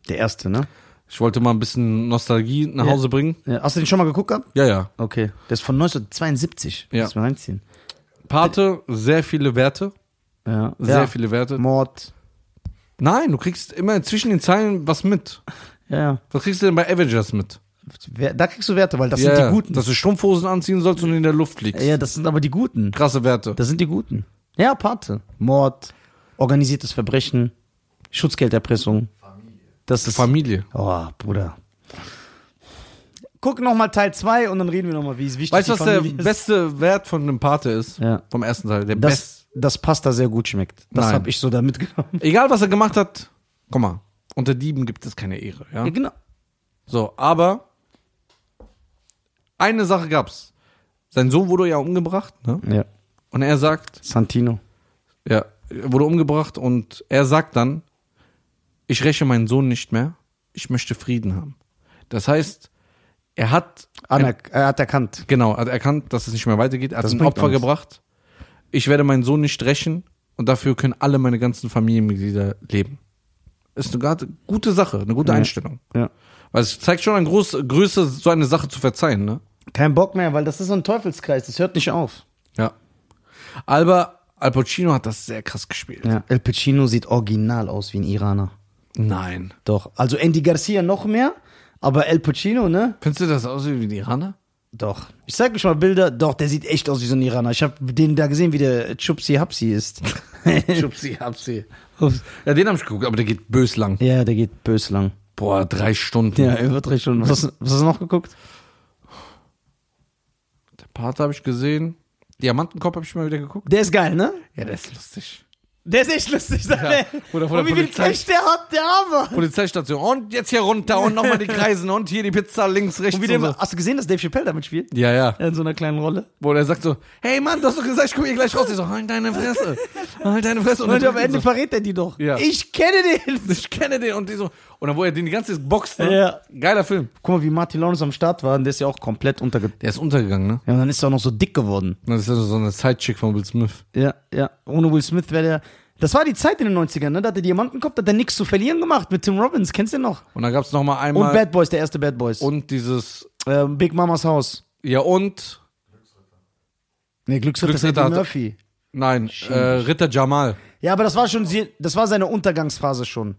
[SPEAKER 1] Der erste, ne?
[SPEAKER 2] Ich wollte mal ein bisschen Nostalgie nach Hause bringen.
[SPEAKER 1] Ja, hast du den schon mal geguckt gehabt?
[SPEAKER 2] Ja, ja.
[SPEAKER 1] Okay. Der ist von 1972.
[SPEAKER 2] Ja.
[SPEAKER 1] Muss man reinziehen.
[SPEAKER 2] Pate, sehr viele Werte.
[SPEAKER 1] Ja.
[SPEAKER 2] Sehr
[SPEAKER 1] ja.
[SPEAKER 2] viele Werte.
[SPEAKER 1] Mord.
[SPEAKER 2] Nein, du kriegst immer zwischen den Zeilen was mit.
[SPEAKER 1] Ja, ja.
[SPEAKER 2] Was kriegst du denn bei Avengers mit?
[SPEAKER 1] Wer- Da kriegst du Werte, weil das
[SPEAKER 2] Ja,
[SPEAKER 1] sind
[SPEAKER 2] ja.
[SPEAKER 1] die Guten.
[SPEAKER 2] Dass du Strumpfhosen anziehen sollst und in der Luft liegst.
[SPEAKER 1] ja, das sind aber die Guten.
[SPEAKER 2] Krasse Werte.
[SPEAKER 1] Das sind die Guten. Ja, Pate. Mord, organisiertes Verbrechen, Schutzgelderpressung. Das ist
[SPEAKER 2] Familie.
[SPEAKER 1] Oh, Bruder. Guck nochmal Teil 2 und dann reden wir nochmal, wie es wichtig
[SPEAKER 2] Weißt du,
[SPEAKER 1] die
[SPEAKER 2] was der
[SPEAKER 1] Familie ist.
[SPEAKER 2] beste Wert von dem Pate ist?
[SPEAKER 1] Ja.
[SPEAKER 2] Vom ersten Teil. Der beste.
[SPEAKER 1] Das, das Pasta sehr gut schmeckt. Das
[SPEAKER 2] Nein.
[SPEAKER 1] habe ich so da mitgenommen.
[SPEAKER 2] Egal, was er gemacht hat, guck mal, unter Dieben gibt es keine Ehre. Ja?
[SPEAKER 1] Ja, genau.
[SPEAKER 2] So, aber eine Sache gab's. Sein Sohn wurde ja umgebracht, ne?
[SPEAKER 1] Ja,
[SPEAKER 2] Und er sagt,
[SPEAKER 1] Santino.
[SPEAKER 2] ja, er wurde umgebracht und er sagt dann, ich räche meinen Sohn nicht mehr, ich möchte Frieden haben. Das heißt, er hat,
[SPEAKER 1] Aner er äh, hat erkannt.
[SPEAKER 2] genau, hat erkannt, dass es nicht mehr weitergeht, er hat
[SPEAKER 1] Das
[SPEAKER 2] ein
[SPEAKER 1] bringt
[SPEAKER 2] Opfer
[SPEAKER 1] uns.
[SPEAKER 2] gebracht. Ich werde meinen Sohn nicht rächen und dafür können alle meine ganzen Familienmitglieder leben. Ist eine gerade gute Sache, eine gute Einstellung.
[SPEAKER 1] Ja.
[SPEAKER 2] Weil es zeigt schon eine große Größe, so eine Sache zu verzeihen, ne?
[SPEAKER 1] Kein Bock mehr, weil das ist so ein Teufelskreis. Das hört nicht auf.
[SPEAKER 2] Ja. Alba Al Pacino hat das sehr krass gespielt.
[SPEAKER 1] Ja. El Pacino sieht original aus wie ein Iraner.
[SPEAKER 2] Nein.
[SPEAKER 1] Doch. Also Andy Garcia noch mehr, aber El Pacino, ne?
[SPEAKER 2] Findest du das aus wie ein Iraner?
[SPEAKER 1] Doch. Ich zeig euch mal Bilder. Doch, der sieht echt aus wie so ein Iraner. Ich habe den da gesehen, wie der Chupsi Hapsi ist.
[SPEAKER 2] Schubsi, Hapsi. Ja, den hab ich geguckt, aber der geht bös lang.
[SPEAKER 1] ja, der geht bös lang.
[SPEAKER 2] Boah, drei Stunden.
[SPEAKER 1] Ja, über drei Stunden. Was hast, was hast du noch geguckt?
[SPEAKER 2] Der Pate habe ich gesehen. Diamantenkopf habe ich mal wieder geguckt.
[SPEAKER 1] Der ist geil, ne?
[SPEAKER 2] Ja, der ist lustig.
[SPEAKER 1] Der ist echt lustig. Ja.
[SPEAKER 2] Oder von der
[SPEAKER 1] Und wie viel
[SPEAKER 2] Polizei.
[SPEAKER 1] Cash der hat, der Hammer.
[SPEAKER 2] Polizeistation. Und jetzt hier runter und nochmal die Kreisen und hier die Pizza links, rechts.
[SPEAKER 1] Und wie
[SPEAKER 2] und
[SPEAKER 1] der,
[SPEAKER 2] so.
[SPEAKER 1] hast du gesehen, dass Dave Chappelle damit spielt?
[SPEAKER 2] Ja, ja.
[SPEAKER 1] In so einer kleinen Rolle.
[SPEAKER 2] Wo der sagt so, hey Mann, du hast doch gesagt, ich komme hier gleich raus. Ich so, halt deine Fresse. Halt deine Fresse.
[SPEAKER 1] Und
[SPEAKER 2] dann
[SPEAKER 1] am
[SPEAKER 2] drückt ihn
[SPEAKER 1] Ende
[SPEAKER 2] so.
[SPEAKER 1] verrät er die doch.
[SPEAKER 2] Ja.
[SPEAKER 1] Ich kenne den.
[SPEAKER 2] Ich kenne den und die so. Und dann, wo er den die ganze Zeit boxt. Ne?
[SPEAKER 1] Ja.
[SPEAKER 2] Geiler Film.
[SPEAKER 1] Guck mal, wie Martin Lawrence am Start war. Und der ist ja auch komplett unterge...
[SPEAKER 2] Der ist untergegangen, ne?
[SPEAKER 1] Ja, und dann ist er auch noch so dick geworden.
[SPEAKER 2] Das ist also so eine Sidechick von Will Smith.
[SPEAKER 1] Ja, ja. Ohne Will Smith wäre der... Das war die Zeit in den 90ern, ne? Da hat der Diamantenkopf, da hat er nichts zu verlieren gemacht mit Tim Robbins. Kennst du den noch?
[SPEAKER 2] Und dann gab's noch mal
[SPEAKER 1] Und
[SPEAKER 2] einmal.
[SPEAKER 1] Bad Boys, der erste Bad Boys.
[SPEAKER 2] und dieses.
[SPEAKER 1] ähm, Big Mamas Haus.
[SPEAKER 2] Ja, und.
[SPEAKER 1] Nee, Glücksritter ist
[SPEAKER 2] Glücksritter
[SPEAKER 1] Eddie
[SPEAKER 2] hat-
[SPEAKER 1] Murphy.
[SPEAKER 2] Nein, äh, Ritter Jamal.
[SPEAKER 1] Ja, aber das war schon, sie- das war seine Untergangsphase schon.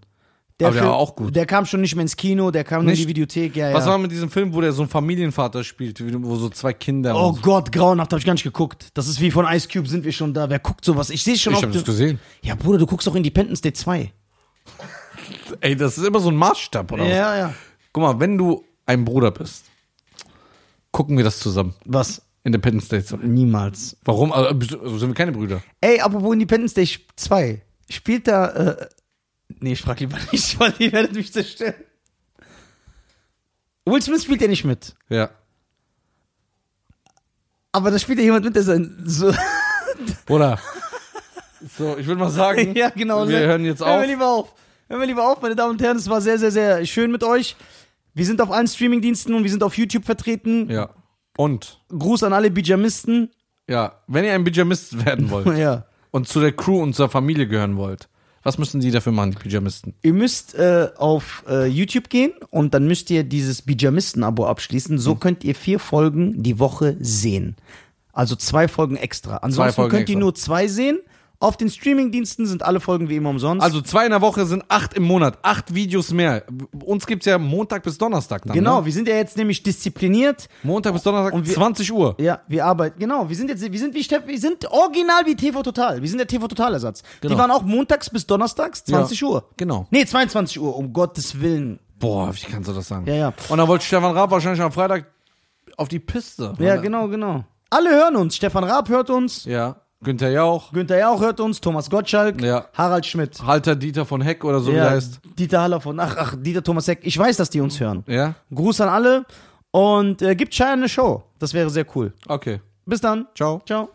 [SPEAKER 2] Aber der
[SPEAKER 1] Film-
[SPEAKER 2] war auch gut.
[SPEAKER 1] Der kam schon nicht mehr ins Kino, der kam nur in die
[SPEAKER 2] Nicht?
[SPEAKER 1] Videothek. Ja,
[SPEAKER 2] Was
[SPEAKER 1] ja.
[SPEAKER 2] war mit diesem Film, wo der so einen Familienvater spielt, wie- wo so zwei Kinder.
[SPEAKER 1] Oh
[SPEAKER 2] und so.
[SPEAKER 1] Gott, grauenhaft, habe ich gar nicht geguckt. Das ist wie von Ice Cube, sind wir schon da. Wer guckt sowas? Ich sehe schon
[SPEAKER 2] Ich
[SPEAKER 1] auf
[SPEAKER 2] hab das
[SPEAKER 1] dem-
[SPEAKER 2] gesehen.
[SPEAKER 1] Ja, Bruder, du guckst auch Independence Day 2.
[SPEAKER 2] Ey, das ist immer so ein Maßstab, oder? was?
[SPEAKER 1] Ja, ja.
[SPEAKER 2] Guck mal, wenn du ein Bruder bist, gucken wir das zusammen.
[SPEAKER 1] Was?
[SPEAKER 2] Independence Day 2.
[SPEAKER 1] Niemals.
[SPEAKER 2] Warum? Also, bist du- also sind wir keine Brüder.
[SPEAKER 1] Ey, apropos Independence Day 2. Spielt da, äh, nee, ich frag lieber nicht, weil ihr werdet mich zerstören. Will Smith spielt ja nicht mit.
[SPEAKER 2] Ja.
[SPEAKER 1] Aber da spielt ja jemand mit, der sein, so,
[SPEAKER 2] Bruder. so, ich würde mal sagen,
[SPEAKER 1] ja, genau.
[SPEAKER 2] wir
[SPEAKER 1] ne?
[SPEAKER 2] hören jetzt
[SPEAKER 1] Hören
[SPEAKER 2] auf.
[SPEAKER 1] wir lieber auf. Hören wir lieber auf, meine Damen und Herren. Es war sehr, sehr, sehr schön mit euch. Wir sind auf allen Streamingdiensten und wir sind auf YouTube vertreten.
[SPEAKER 2] Ja. Und,
[SPEAKER 1] Gruß an alle Bijamisten.
[SPEAKER 2] ja, wenn ihr ein Pyjamist werden wollt
[SPEAKER 1] Ja.
[SPEAKER 2] und zu der Crew unserer Familie gehören wollt, was müssen die dafür machen, die Pyjamisten?
[SPEAKER 1] Ihr müsst äh, auf äh, YouTube gehen und dann müsst ihr dieses Bijamisten-Abo abschließen.
[SPEAKER 2] Mhm.
[SPEAKER 1] So könnt ihr vier Folgen die Woche sehen. Also zwei Folgen extra. Ansonsten
[SPEAKER 2] Folgen
[SPEAKER 1] könnt ihr
[SPEAKER 2] extra.
[SPEAKER 1] nur zwei sehen. Auf den Streamingdiensten sind alle Folgen wie immer umsonst.
[SPEAKER 2] Also zwei in der Woche sind acht im Monat, acht Videos mehr. Uns gibt's ja Montag bis Donnerstag dann.
[SPEAKER 1] genau,
[SPEAKER 2] Ne?
[SPEAKER 1] wir sind ja jetzt nämlich diszipliniert.
[SPEAKER 2] Montag bis Donnerstag,
[SPEAKER 1] Und wir-
[SPEAKER 2] 20 Uhr.
[SPEAKER 1] Ja, wir arbeiten, genau. Wir sind jetzt, wir sind wie Steff, wir sind original wie TV Total. Wir sind der TV Total Ersatz. Die
[SPEAKER 2] Genau.
[SPEAKER 1] waren auch montags bis donnerstags 20
[SPEAKER 2] Ja,
[SPEAKER 1] Uhr.
[SPEAKER 2] genau.
[SPEAKER 1] Nee, 22 Uhr, um Gottes Willen.
[SPEAKER 2] Boah, wie kannst du das sagen?
[SPEAKER 1] Ja, ja.
[SPEAKER 2] Und dann wollte Stefan Raab wahrscheinlich am Freitag auf die Piste.
[SPEAKER 1] Ja, genau, genau. Alle hören uns. Stefan Raab hört uns.
[SPEAKER 2] Ja, Günther Jauch,
[SPEAKER 1] Günther Jauch hört uns. Thomas Gottschalk.
[SPEAKER 2] Ja.
[SPEAKER 1] Harald Schmidt.
[SPEAKER 2] Halter Dieter von Heck oder so wie der heißt.
[SPEAKER 1] Dieter Haller von, ach, ach, Dieter Thomas Heck. Ich weiß, dass die uns hören.
[SPEAKER 2] Ja?
[SPEAKER 1] Gruß an alle. Und äh, gibt Cheyenne eine Show. Das wäre sehr cool.
[SPEAKER 2] Okay.
[SPEAKER 1] Bis dann.
[SPEAKER 2] Ciao.
[SPEAKER 1] Ciao.